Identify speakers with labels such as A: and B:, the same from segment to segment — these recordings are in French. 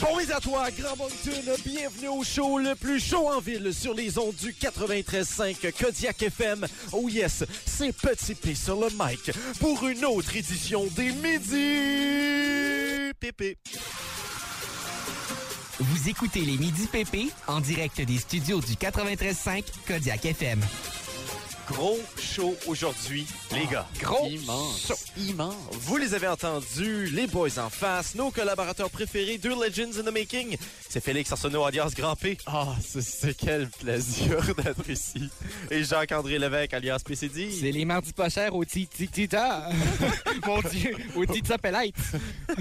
A: Bon à toi, Grand Moncton. Bienvenue au show le plus chaud en ville sur les ondes du 93.5 Kodiak FM. Oh yes, c'est Petit P sur le mic pour une autre édition des Midi Pépé.
B: Vous écoutez les Midi PP en direct des studios du 93.5 Kodiak FM.
A: Gros show aujourd'hui, les gars. Ah, Gros
C: Immense.
A: show.
C: Immense.
A: Vous les avez entendus, les boys en face, nos collaborateurs préférés, deux legends in the making. C'est Félix Arsenault, alias Grand P.
C: Ah, c'est- c'est quel plaisir d'être ici.
A: Et Jacques-André Lévesque, alias PCD.
D: C'est les mardis pas chers au Titita. Mon Dieu, au Tita Pelite.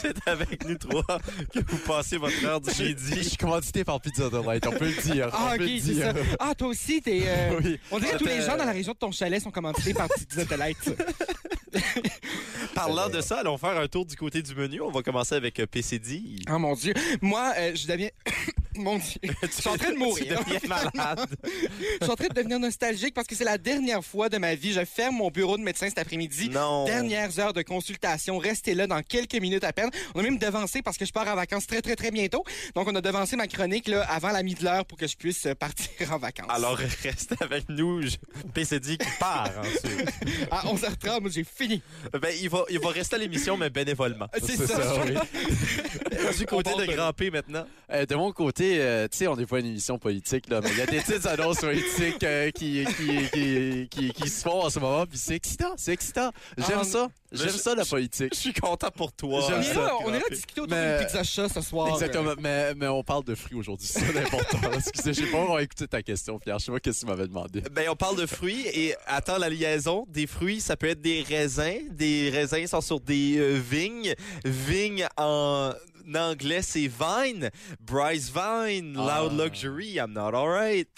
A: C'est avec nous trois que vous passez votre heure du
C: Je
A: jeudi.
C: suis commandité par Pizza Delight, on peut le dire.
D: Ah,
C: on
D: ok,
C: peut le
D: c'est ça.
C: dire.
D: Ah, toi aussi, t'es. euh,
C: Oui.
D: On dirait que tous les
A: J'étais-
D: gens dans la région de ton chalet sont commentés par Tita Pelite.
C: Euh,
A: Parlant de ça, allons faire un tour du côté du menu. On va commencer avec euh, PCD.
D: Ah, mon Dieu. Moi, euh, je deviens. Mon Dieu. Je suis en train de mourir.
A: Tu deviens malade.
D: Je suis en train de devenir nostalgique parce que c'est la dernière fois de ma vie. Je ferme mon bureau de médecin cet après-midi.
A: Non.
D: Dernières heures de consultation. Restez là dans quelques minutes à peine. On a même devancé parce que je pars en vacances très, très, très bientôt. Donc, on a devancé ma chronique là, avant la mi de l'heure pour que je puisse euh, partir en vacances.
A: Alors, reste avec nous. je- PCD qui part ensuite.
D: À 11h30, moi, j'ai fini.
A: Ben, il va, il va rester à l'émission, mais bénévolement.
D: C'est
C: C'est
D: ça.
C: ça, oui.
A: Du côté
C: On part
A: de
C: de-
A: Grand P maintenant.
C: Euh, de mon côté, euh, tu sais, on n'est pas une émission politique, là, mais il y a des petites annonces politiques euh, qui, qui, qui, qui, qui se font en ce moment, puis c'est excitant, c'est excitant. J'aime
D: Ah,
C: ça,
A: mais
C: j'aime
A: je-
C: ça, la politique.
A: Je suis content pour toi.
C: J'aime
D: On
C: ça,
D: est là, on est là à
A: Grand P.
D: discuter autour
C: Mais-
D: d'une pizza chat ce soir.
C: Exactement, mais, mais on parle de fruits aujourd'hui, c'est ça l'important. Excusez, je sais pas vraiment écouté ta question, Pierre, je sais pas qu'est-ce que tu m'avais demandé.
A: Ben, on parle de fruits et attends la liaison. Des fruits, ça peut être des raisins. Des raisins sont sur des euh, vignes. Vigne en anglais, c'est vine. Bryce Vine,
C: Ah.
A: Loud Luxury, I'm not alright.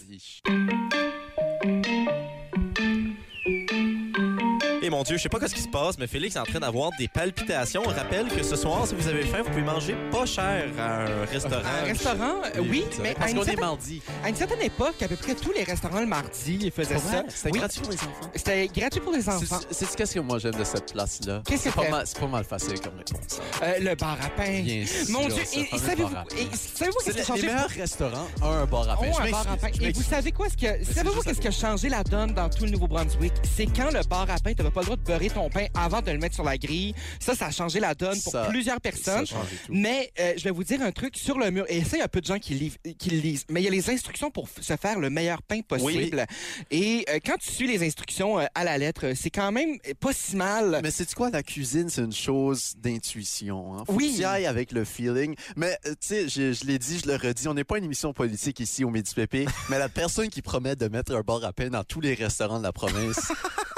A: Et mon Dieu, je sais pas ce qui se passe, mais Félix est en train d'avoir des palpitations. On rappelle que ce soir, si vous avez faim, vous pouvez manger pas cher à un restaurant.
D: Un restaurant, euh, oui, mais à
C: parce
D: une,
C: qu'on est
D: certaine,
C: mardi.
D: à une certaine époque, à peu près tous les restaurants le mardi, ils faisaient ça.
C: C'était
D: Oui,
C: gratuit pour les enfants.
D: C'était gratuit pour les enfants.
C: C'est c'est- qu'est-ce que moi j'aime de cette place-là?
D: Qu'est-ce que
C: C'est pas,
D: t'aimes?
C: mal- c'est pas mal facile comme réponse.
D: Euh, le bar à pain.
C: Bien sûr,
D: Mon Dieu,
C: ce
D: et,
C: fameux
D: et savez-vous
C: bar à pain.
D: et savez-vous qu'est-ce qui a
C: C'est le- les
D: changé
C: meilleurs restaurants ont un bar à
D: ont
C: pain. Ah, ben,
D: Ah
C: Je
D: Oh, un bar à pain.
C: m'excuse, je
D: Et vous
C: m'excuse. Ben,
D: savez quoi? ce que- Savez-vous
C: juste
D: qu'est-ce
C: à
D: qui a changé la donne dans tout le Nouveau-Brunswick? C'est quand le bar à pain, t'avais pas le droit de beurrer ton pain avant de le mettre sur la grille. Ça, ça a changé la donne pour
C: Ça-
D: plusieurs
C: Ça a
D: personnes.
C: changé tout.
D: Mais euh, je vais vous dire un truc sur le mur. Et ça, il y a peu de gens qui, livrent- qui le lisent. Mais il y a les instructions pour f- se faire le meilleur pain possible. Et euh, quand tu suis les instructions euh, à la lettre, c'est quand même pas si mal.
C: Mais c'est quoi la cuisine, c'est une chose d'intuition. Hein? Faut
D: Oui.
C: que tu ailles avec le feeling. Mais euh, tu sais, je, je l'ai dit, je le redis, on n'est pas une émission politique ici au Midi Pépé, mais la personne qui promet de mettre un bar à pain dans tous les restaurants de la province,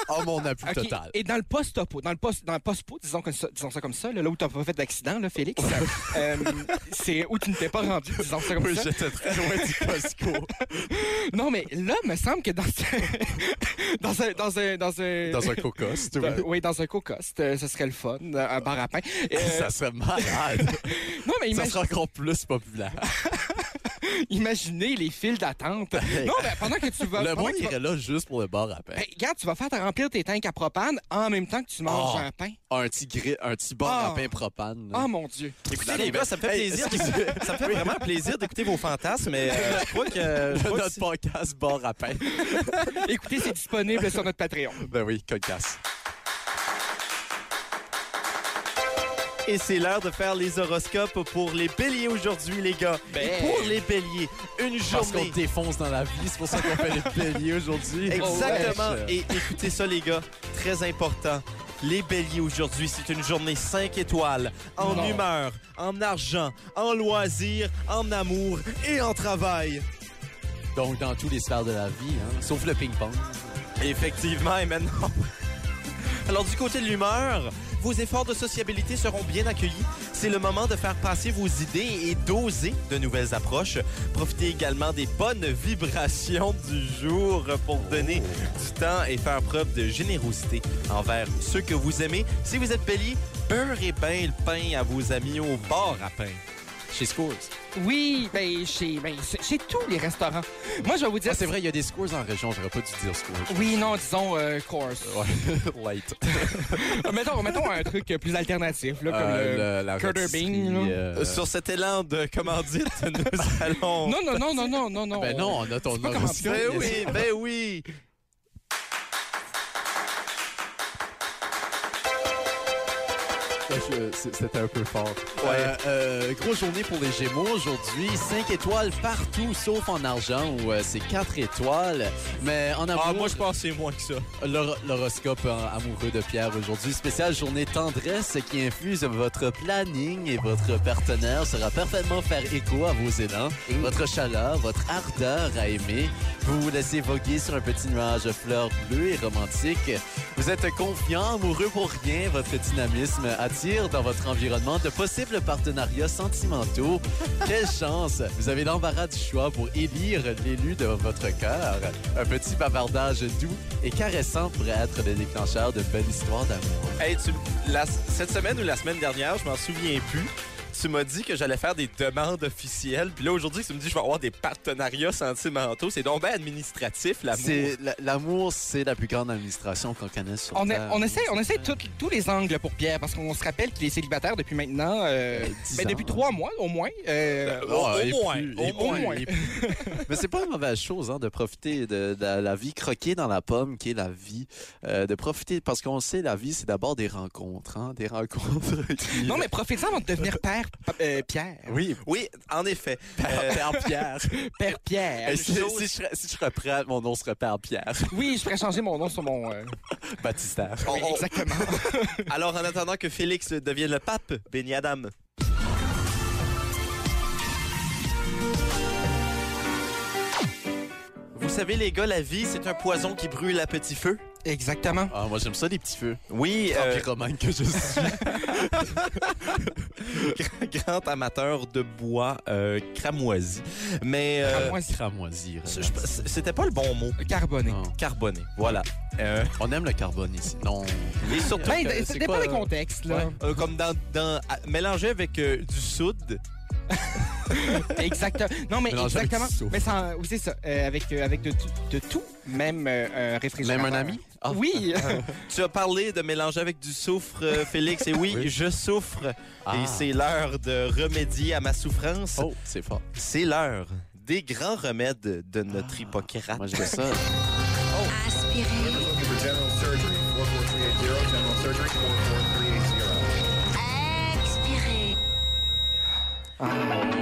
C: oh mon appui
D: OK.
C: total.
D: Et dans le post-apo, dans le post, dans le post-po, disons, que ça- disons ça comme ça, là, là où t'as pas fait d'accident, là, Félix, euh, c'est où tu ne t'es pas rendu, disons ça comme
C: Oui,
D: ça.
C: j'étais très loin du Costco.
D: Non, mais là, me semble que dans ce- dans un, dans un, dans un,
C: Dans un cocos, tu vois.
D: dans- oui, dans un co-cost, euh, ce serait le fun, euh, un bar à pain. Euh,
C: Ça serait malade.
D: non, mais
C: Ça
D: imagine-
C: serait encore plus populaire.
D: imaginez les files d'attente. non, ben, mais pendant que tu vas...
C: Le
D: pendant
C: monde
D: que tu vas-
C: irait là juste pour le bar à pain.
D: Ben, regarde, tu vas faire te remplir tes tanks à propane en même temps que tu manges
C: Oh.
D: un pain.
C: Un petit, gris, un petit bar
D: Ah.
C: à pain propane. là.
D: Oh mon Dieu.
A: Écoutez, les gars, ça me fait
C: Hey,
A: plaisir. ça me fait vraiment plaisir d'écouter vos fantasmes, mais euh, je crois que. je crois que
C: Notre podcast bar à pain.
D: Écoutez, c'est disponible sur notre Patreon.
C: ben oui, cocasse.
A: Et c'est l'heure de faire les horoscopes pour les béliers aujourd'hui, les gars.
D: Ben.
A: Et pour les béliers, une
C: Parce qu'on
A: journée.
C: défonce dans la vie, c'est pour ça qu'on fait les béliers aujourd'hui. Oh,
A: Exactement.
C: Ouais.
A: Et écoutez ça, les gars. Très important. Les béliers aujourd'hui, c'est une journée 5 étoiles. En
D: Non.
A: humeur, en argent, en loisirs, en amour et en travail.
C: Donc, dans tous les sphères de la vie, hein, sauf le ping-pong.
A: Effectivement, et maintenant. Alors, du côté de l'humeur, vos efforts de sociabilité seront bien accueillis. C'est le moment de faire passer vos idées et d'oser de nouvelles approches. Profitez également des bonnes vibrations du jour pour donner du temps et faire preuve de générosité envers ceux que vous aimez. Si vous êtes bélier, beurre et pain le pain à vos amis au bar à pain. Chez Scores.
C: Ah,
D: Oui, ben, chez, ben, c'est- chez tous les restaurants. Moi, je vais vous dire.
C: Ah, c'est vrai, il y a des scores en région. J'aurais pas dû dire scores.
D: Oui, non, disons euh, course. Euh,
C: Ouais. Light.
D: mettons, mettons un truc euh, plus alternatif, là, comme
C: Euh,
D: le-
C: le- la
D: Curter
C: rôtisserie,
D: Bean, là.
C: euh,
A: Sur cet élan de commandite, nous allons...
D: Non, non, non, non, non, non, non.
C: Ben non, on a ton
D: C'est pas
C: nom
D: comme
C: aussi.
D: ça.
A: Ben oui, ben oui.
C: Ouais, je- c'est- C'était un peu fort.
A: Ouais.
C: Euh, euh, grosse journée pour les Gémeaux aujourd'hui. 5 étoiles partout, sauf en argent où euh, c'est 4 étoiles. Mais en amour,
A: Ah, moi, je pense que c'est moins que ça.
C: l'hor- l'horoscope euh, amoureux de Pierre aujourd'hui. Spéciale journée tendresse qui infuse votre planning et votre partenaire sera parfaitement faire écho à vos élans. Votre chaleur, votre ardeur à aimer. Vous vous laissez voguer sur un petit nuage de fleurs bleues et romantiques. Vous êtes confiant, amoureux pour rien. Votre dynamisme attire dans votre environnement de possibles partenariats sentimentaux. Quelle chance! Vous avez l'embarras du choix pour élire l'élu de votre cœur. Un petit bavardage doux et caressant pourrait être le déclencheur de belles histoires d'amour.
A: Hey, tu m- la- cette semaine ou la semaine dernière, je m'en souviens plus. Tu m'as dit que j'allais faire des demandes officielles. Puis là, aujourd'hui, tu me dis que je vais avoir des partenariats sentimentaux. C'est donc bien administratif, l'amour.
C: C'est la- L'amour, c'est la plus grande administration qu'on connaisse sur
D: On,
C: Terre.
D: a- on essaie, on
C: euh,
D: essaie tout- tous les angles pour Pierre parce qu'on se rappelle qu'il est célibataire depuis maintenant, euh,
C: Dix
D: ben,
C: ans.
D: depuis trois mois au moins. euh,
A: Euh, au,
C: Ah,
A: au
C: et
A: moins,
C: plus, et
A: au moins.
D: au moins.
C: Mais c'est pas une mauvaise chose hein, de profiter de, de la vie croquée dans la pomme qui est la vie. Euh, de profiter, parce qu'on sait, la vie, c'est d'abord des rencontres. Hein, des rencontres qui...
D: Non, mais profitez-en avant de devenir père euh, Pierre.
C: Oui,
A: Oui, en effet. Euh,
C: Père Pierre.
D: Père Pierre.
C: Euh, si, si je, serais- si je reprends, mon nom serait Père Pierre.
D: Oui, je pourrais changer mon nom sur mon. euh,
C: Baptistère.
A: on-
D: oui,
A: on-
D: exactement.
A: alors, en attendant que Félix devienne le pape, Béni Adam. Vous savez, les gars, la vie, c'est un poison qui brûle à petit feu.
D: exactement.
C: Ah, moi, j'aime ça, les petits feux.
A: Oui,
C: Tant
A: euh,
C: pyromane que je suis.
A: grand amateur de bois euh, cramoisi. Mais euh,
D: Moi, c'est
C: Cramoisir.
A: c- je- c- c'était pas le bon mot.
D: Carboné.
C: Non.
A: Carboné, voilà. Euh,
C: On aime le carbone ici. Non.
A: et surtout,
D: Ben,
C: euh,
D: ça
C: c'est
D: dépend
C: quoi,
D: des
C: euh,
D: contextes, là.
A: euh, comme dans, dans- à- mélangé avec euh, du soude.
D: Exactement. Non, mais
C: Mélanger avec
D: exactement.
C: du saut.
D: Mais ça, oui, c'est ça. Euh, avec, euh, avec de, tout- de tout, même euh, un réfrigérateur.
C: Même un ami? Ah.
D: Oui. Euh,
A: Tu as parlé de mélanger avec du soufre, euh, Félix. Et oui,
C: Oui.
A: je souffre. Et
C: Ah.
A: c'est l'heure de remédier à ma souffrance.
C: Oh, c'est fort.
A: C'est l'heure des grands remèdes de notre Hippocrate.
C: Ah. Moi, j'aime ça.
E: Aspirer,
F: Looking for general surgery, 44380, general surgery, 44380.
E: expirer.
C: Oh,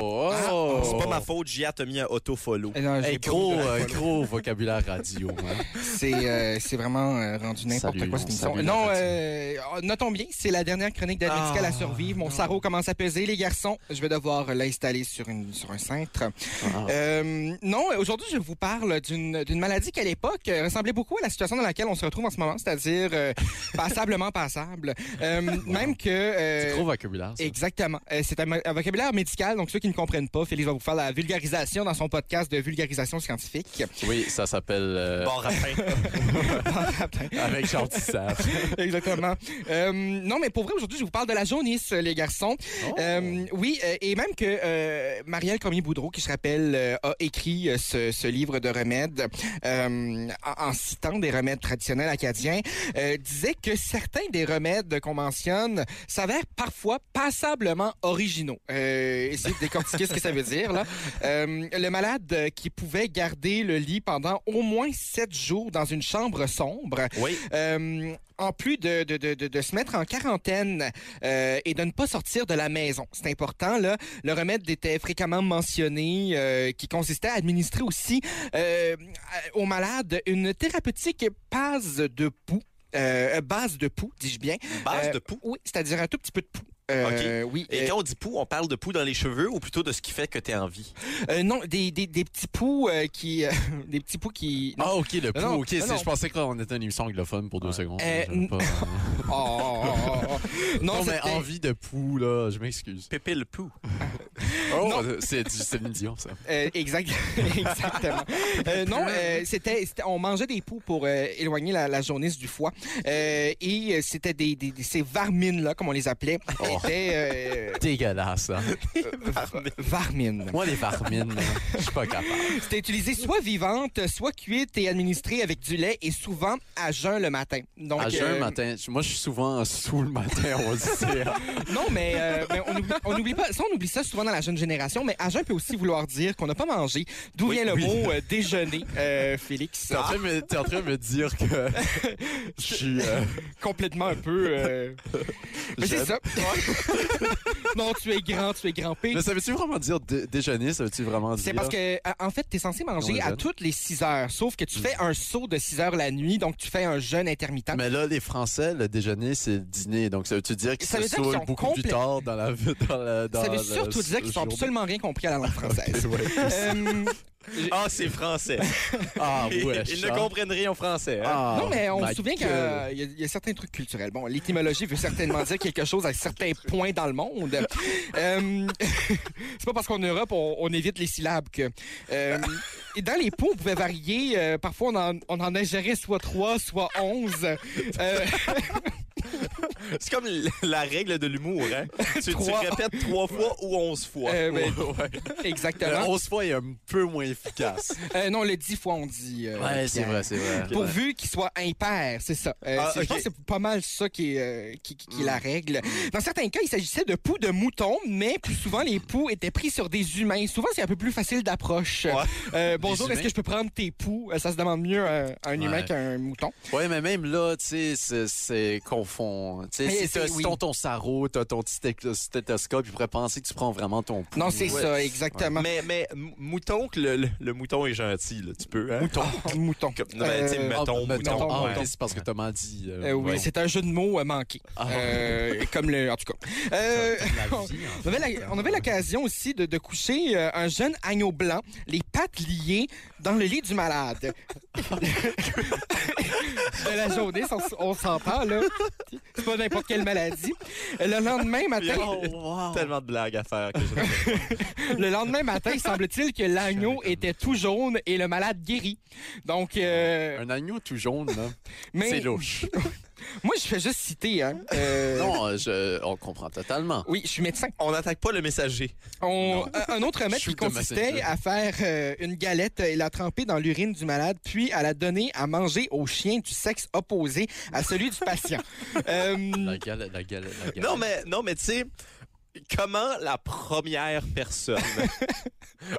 C: oh.
A: Ah, C'est pas ma faute, Gia t'a mis un autofollow.
D: Euh, non, j'ai
C: Hey,
D: pas
C: gros,
D: voulu-
C: euh, gros vocabulaire radio. hein.
D: C'est euh, c'est vraiment euh, rendu n'importe
C: Salut,
D: quoi cette
C: on
D: émission.
C: salue
D: Non,
C: la fatigue.
D: euh, oh, notons bien, c'est la dernière chronique d'aide
A: Ah,
D: médicale à survivre. Mon sarreau commence à peser, les garçons. Je vais devoir l'installer sur, une, sur un cintre.
C: Ah.
D: Euh, non, aujourd'hui, je vous parle d'une d'une maladie qui, à l'époque, euh, ressemblait beaucoup à la situation dans laquelle on se retrouve en ce moment, c'est-à-dire euh, passablement passable. Euh, Même que... euh,
C: C'est gros vocabulaire. ça.
D: Exactement. Euh, c'est un, mo- un vocabulaire médical, donc ceux qui ne comprennent pas, Félix va vous faire la vulgarisation dans son podcast de vulgarisation scientifique.
C: Oui, ça s'appelle euh,
A: Bon, rapin.
C: Avec Jean Tissard.
D: Exactement. Euh, non, mais pour vrai, aujourd'hui, je vous parle de la jaunisse, les garçons.
C: Oh.
D: Euh, oui, euh, et même que euh, Marielle Cormier-Boudreau, qui je rappelle, euh, a écrit euh, ce, ce livre de remèdes euh, en, en citant des remèdes traditionnels acadiens, euh, disait que certains des remèdes qu'on mentionne s'avèrent parfois passablement originaux. Euh, essayez de décortiquer ce que ça veut dire. Là. Euh, le malade euh, qui pouvait garder le lit pendant au moins sept jours dans une chambre sombre
A: oui.
D: euh, en plus de, de, de, de, de se mettre en quarantaine euh, et de ne pas sortir de la maison. C'est important, là. Le remède était fréquemment mentionné, euh, qui consistait à administrer aussi euh, à- aux malades une thérapeutique base de poux. Euh, base de poux, dis-je bien.
A: Base
D: Euh,
A: de poux.
D: Oui, c'est-à-dire un tout petit peu de poux. Euh, Oui.
A: Et
D: euh,
A: quand on dit poux, on parle de poux dans les cheveux ou plutôt de ce qui fait que t'es en vie?
D: euh, non, des, des, des petits poux euh, qui... euh, des petits poux qui...
C: Ah, ok, le
D: Non, non,
C: pou. Ok, c'est-
D: non.
C: je pensais qu'on était une émission anglophone pour deux secondes.
D: Euh,
C: j'avais pas- hein.
D: Oh, oh, oh, oh.
C: Ah. Non, mais
D: c'était-
C: envie de pou, là, je m'excuse.
A: Pépé le poux.
C: Oh,
D: Non.
C: c'est du Céline Dion, ça.
D: Euh, exact, exactement. Euh, non, euh, c'était, c'était- on mangeait des poux pour euh, éloigner la, la jaunisse du foie. Euh, et euh, c'était des, des, des- ces varmines là, comme on les appelait. C'était
C: Oh, Dégueulasse, hein?
D: euh, varmine.
C: Moi, les varmines, là, je suis pas capable.
D: C'était utilisé soit vivante, soit cuite et administrée avec du lait et souvent à jeun le matin. Donc,
C: à jeun
D: euh,
C: le matin, je- moi, je suis souvent sous le matin, on va dire.
D: Non, mais, euh, mais on oublie- on oublie pas. Ça, on oublie ça souvent dans la jeune génération, mais à jeun peut aussi vouloir dire qu'on n'a pas mangé. D'où
C: Oui,
D: vient le
C: oui.
D: mot euh, déjeuner, euh, Félix?
C: T'es en, train de me- t'es en train de me dire que je suis... euh,
D: Complètement un peu. euh, Mais c'est
C: jeune.
D: ça. non, tu es grand, tu es grand P.
C: Mais ça veut-tu vraiment dire dé- déjeuner? Ça veut-tu vraiment dire...
D: C'est parce que, euh, en fait, tu es censé manger
C: Non,
D: à
C: jeune.
D: toutes les 6 heures, sauf que tu fais un saut de 6 heures la nuit, donc tu fais un jeûne intermittent.
C: Mm. Mais là, les Français, le déjeuner, c'est le dîner. Donc, ça veut-tu dire qu'ils
D: Ça veut
C: se
D: dire qu'ils
C: saoulent
D: sont
C: beaucoup plus
D: complè-
C: tard dans la... Dans la dans
D: ça veut
C: la-
D: surtout dire qu'ils n'ont
C: journée?
D: absolument rien compris à la langue française. Euh,
A: Ah, c'est français.
C: Ah,
A: Ils-
C: ouais.
A: Ils ne comprennent rien au français. hein.
C: pas.
D: non, mais on se souvient qu'il y, a- il y a- il y a certains trucs culturels. Bon, l'étymologie veut certainement dire quelque chose à certains points dans le monde. Euh, c'est pas parce qu'en Europe, on, on évite les syllabes que... Euh, et dans les pots, on pouvait varier. euh, parfois, on en, on en ingérait soit 3, soit 11. Euh,
A: C'est comme l- la règle de l'humour. Hein? Tu- tu,
D: Trois.
A: répètes trois fois ou onze fois.
D: euh, ben,
C: Ouais. Euh, Le
D: exactement.
C: 11 fois est un peu moins efficace.
D: Euh, non, le 10 fois, on dit. euh,
C: ouais, c'est
D: Pierre.
C: vrai, c'est vrai. Ouais.
D: Pourvu qu'il soit impair, c'est ça. Euh,
A: Ah,
D: c'est-
A: ok.
D: Je
A: Hmm.
D: pense que c'est pas mal ça qui est, euh, qui, qui- qui est la règle. Dans certains cas, il s'agissait de poux de mouton, mais plus souvent, les poux étaient pris sur des humains. Souvent, c'est un peu plus facile d'approche.
A: Ouais.
D: Euh, bonjour,
C: Des
D: est-ce que
C: humains.
D: je peux prendre tes poux? Euh, Ça se demande mieux à à un humain
C: Ouais.
D: qu'à un mouton.
C: Ouais, mais même là, tu sais, c'est- c'est confond. Tu sais,
D: Mais
C: si
D: c'est-
C: t'as si
D: oui.
C: t'as ton sarreau, t'as ton petit sté- stéthoscope, tu pourrais penser que tu prends vraiment ton pouls.
D: Non, c'est
A: Ouais.
D: ça, exactement.
A: Mais, mais m- mouton, que le, le- le mouton est gentil, là, tu peux. Hein?
D: Mouton. mouton.
A: Comme- non, mais, tu sais,
D: Euh,
A: mettons,
C: Ah,
A: mouton.
D: mettons,
C: Ah,
A: ouais.
C: ok, c'est parce que t'as mal dit. euh,
D: Euh, oui,
C: ouais.
D: c'est un jeu de mots euh, manqué.
C: Ah.
D: Euh, comme le. En tout cas. Euh,
C: La vie, hein.
D: On avait la- on avait l'occasion aussi de, de coucher euh, un jeune agneau blanc, les pattes liées, dans le lit du malade. de la journée, on, s- on s'entend, là. C'est pas n'importe quelle maladie. Le lendemain matin,
A: Oh, Tellement de blagues à faire que je-
D: le lendemain matin, semble-t-il que l'agneau était tout jaune et le malade guéri. Donc, euh,
C: Un agneau tout jaune, là. C'est
D: mais
C: louche.
D: moi, je fais juste citer, hein. Euh,
C: non, je- on comprend totalement.
D: Oui, je suis médecin.
A: On n'attaque pas le messager.
D: On- euh, un- un autre remède
C: Shoot
D: qui
C: the
D: consistait
C: messenger.
D: à faire euh, une galette et la tremper dans l'urine du malade, puis à la donner à manger au chien du sexe opposé à celui du patient. Euh,
C: La galette, la galette, la galette.
A: Non, mais, non, mais tu sais, comment la première personne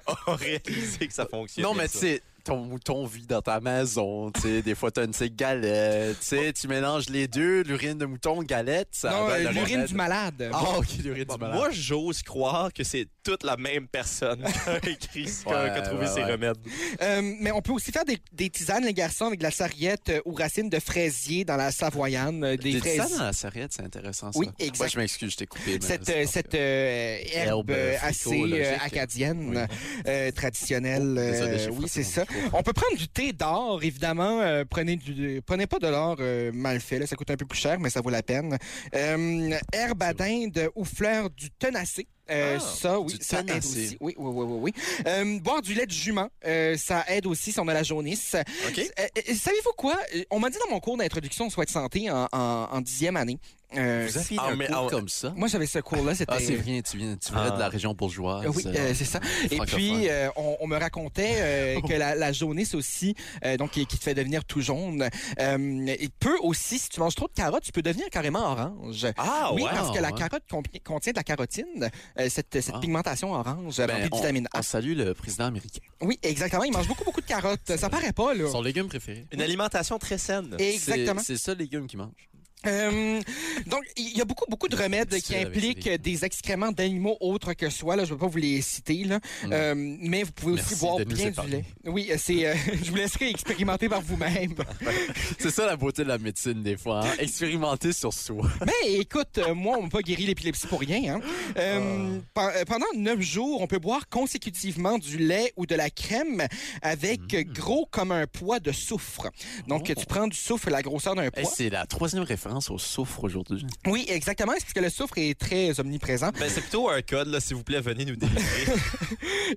A: a réalisé que ça fonctionne?
C: Non, mais tu sais, ton mouton vit dans ta maison, tu sais, des fois t'as une petite galette, tu sais, tu mélanges les deux, l'urine de mouton, galette, ça
D: non,
C: va
D: euh,
C: de
D: l'urine
C: remède.
D: du malade.
C: Ah, ok, l'urine
A: Bon,
C: du malade.
A: Bah, Moi, j'ose croire que c'est toute la même personne qui a écrit, qui a- qui a
C: Ouais,
A: trouvé
C: ouais,
A: ses
C: ouais.
A: remèdes.
D: Euh, mais on peut aussi faire des, des tisanes, les garçons, avec de la sarriette euh, ou racines de fraisier dans la savoyane. euh, Des
C: T'as dit ça
D: fraisiers.
C: dans la sarriette, c'est intéressant ça.
D: Oui, exact.
C: Ouais, je m'excuse, je t'ai coupé. mais
D: Cette,
C: c'est
D: euh,
C: parce
D: cette
C: que-
D: euh, herbe
C: Herbe, euh,
D: euh, assez
C: fruitologique.
D: euh, acadienne, euh, traditionnelle.
C: Oh, désolé,
D: euh,
C: j'ai
D: oui,
C: frappé
D: c'est
C: mon
D: ça. On peut prendre du thé d'or, évidemment. euh, prenez du, prenez pas de l'or euh, mal fait. Là, ça coûte un peu plus cher, mais ça vaut la peine. Euh, herbe à dinde ou fleur du tenacé. Euh,
C: Ah,
D: ça, oui,
C: du
D: ça aide
C: tenacé.
D: aussi. Oui, oui, oui, oui. oui. Euh, boire du lait de jument, euh, ça aide aussi si on a la jaunisse.
A: OK?
D: Euh, euh, Savez-vous quoi? Euh, On m'a dit dans mon cours d'introduction aux soins de santé en, en- en dixième année. euh,
C: Vous aviez
A: Ah,
C: un
A: mais-
C: cours
A: ah, ouais.
C: comme ça?
D: moi, j'avais ce cours-là, c'était...
C: Ah, c'est bien, tu viens, tu viens de la région bourgeoise.
D: Euh, Oui, euh, c'est ça. Et
C: Ah, francophone.
D: puis, euh, on, on me racontait euh, que la, la jaunisse aussi, euh, donc qui, qui te fait devenir tout jaune, euh, il peut aussi, si tu manges trop de carottes, tu peux devenir carrément orange.
A: Ah,
D: oui,
A: ouais.
D: parce que la
C: ouais.
D: carotte compi- contient de la carotine, euh, cette, cette
C: Ah.
D: pigmentation orange, euh,
C: Ben,
D: remplie de vitamine A.
C: on salue le président américain.
D: Oui, exactement. Il mange beaucoup, beaucoup de carottes. Ça paraît pas, là.
C: Son légume préféré.
A: Une alimentation très saine.
D: Et- Oh. Exactement.
C: C'est c'est ça le légume qu'il mange.
D: Euh, donc, il y a beaucoup, beaucoup de remèdes
C: Difficile
D: qui
C: avec ces
D: impliquent
C: légumes.
D: des excréments d'animaux autres que soi. Là, je ne vais pas vous les citer, là.
C: Mm.
D: Euh, mais vous pouvez aussi
C: Merci
D: boire
C: de nous
D: bien du
C: épargner.
D: lait. Oui, euh, c'est. euh, je vous laisserai expérimenter par vous-même.
C: C'est ça la beauté de la médecine, des fois. hein. Expérimenter sur soi.
D: Mais écoute, euh, moi, on m'a pas guéri l'épilepsie pour rien. hein. Euh,
C: Ah.
D: pen- euh, Pendant neuf jours, on peut boire consécutivement du lait ou de la crème avec euh, gros comme un poids de soufre. Donc,
C: Mm. Oh.
D: tu prends du soufre, la grosseur d'un
C: Hey,
D: poids.
C: c'est la troisième référence au soufre aujourd'hui.
D: Oui, exactement. C'est parce que le soufre est très omniprésent.
A: Ben, c'est plutôt un code, là, s'il vous plaît, venez nous délivrer.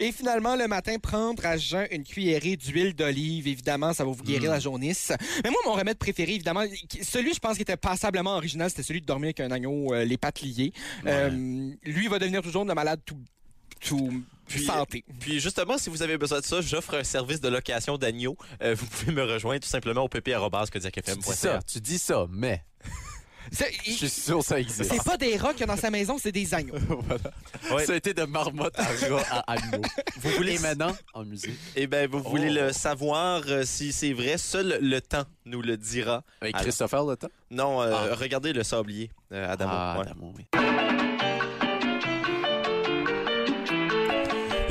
D: Et finalement, le matin, prendre à jeun une cuillerée d'huile d'olive. Évidemment, ça va vous guérir la jaunisse. Mais moi, mon remède préféré, évidemment, qui- celui, je pense, qui était passablement original, c'était celui de dormir avec un agneau euh, les pattes liées. Euh, lui, il va devenir toujours le malade tout... tout...
A: Puis-
D: santé.
A: Puis justement, si vous avez besoin de ça, j'offre un service de location d'agneau. Euh, vous pouvez me rejoindre tout simplement au
C: Tu dis ça,
A: pp.kodiakfm.ca.
C: tu dis ça, mais
D: C'est-
C: je suis sûr que ça existe.
D: C'est pas des rats qu'il y a dans sa maison, c'est des agneaux.
C: Voilà.
A: Ouais.
C: Ça a été de marmotte à rat à agneau.
A: Vous voulez
C: Et maintenant, en musique.
A: Eh bien, vous
C: Oh.
A: voulez le savoir euh, si c'est vrai, seul le temps nous le dira.
C: Avec Christopher Le Temps.
A: Non, euh,
C: Ah.
A: regardez le sablier, euh, Adamo. Ouais.
C: Adamo, Ah, oui.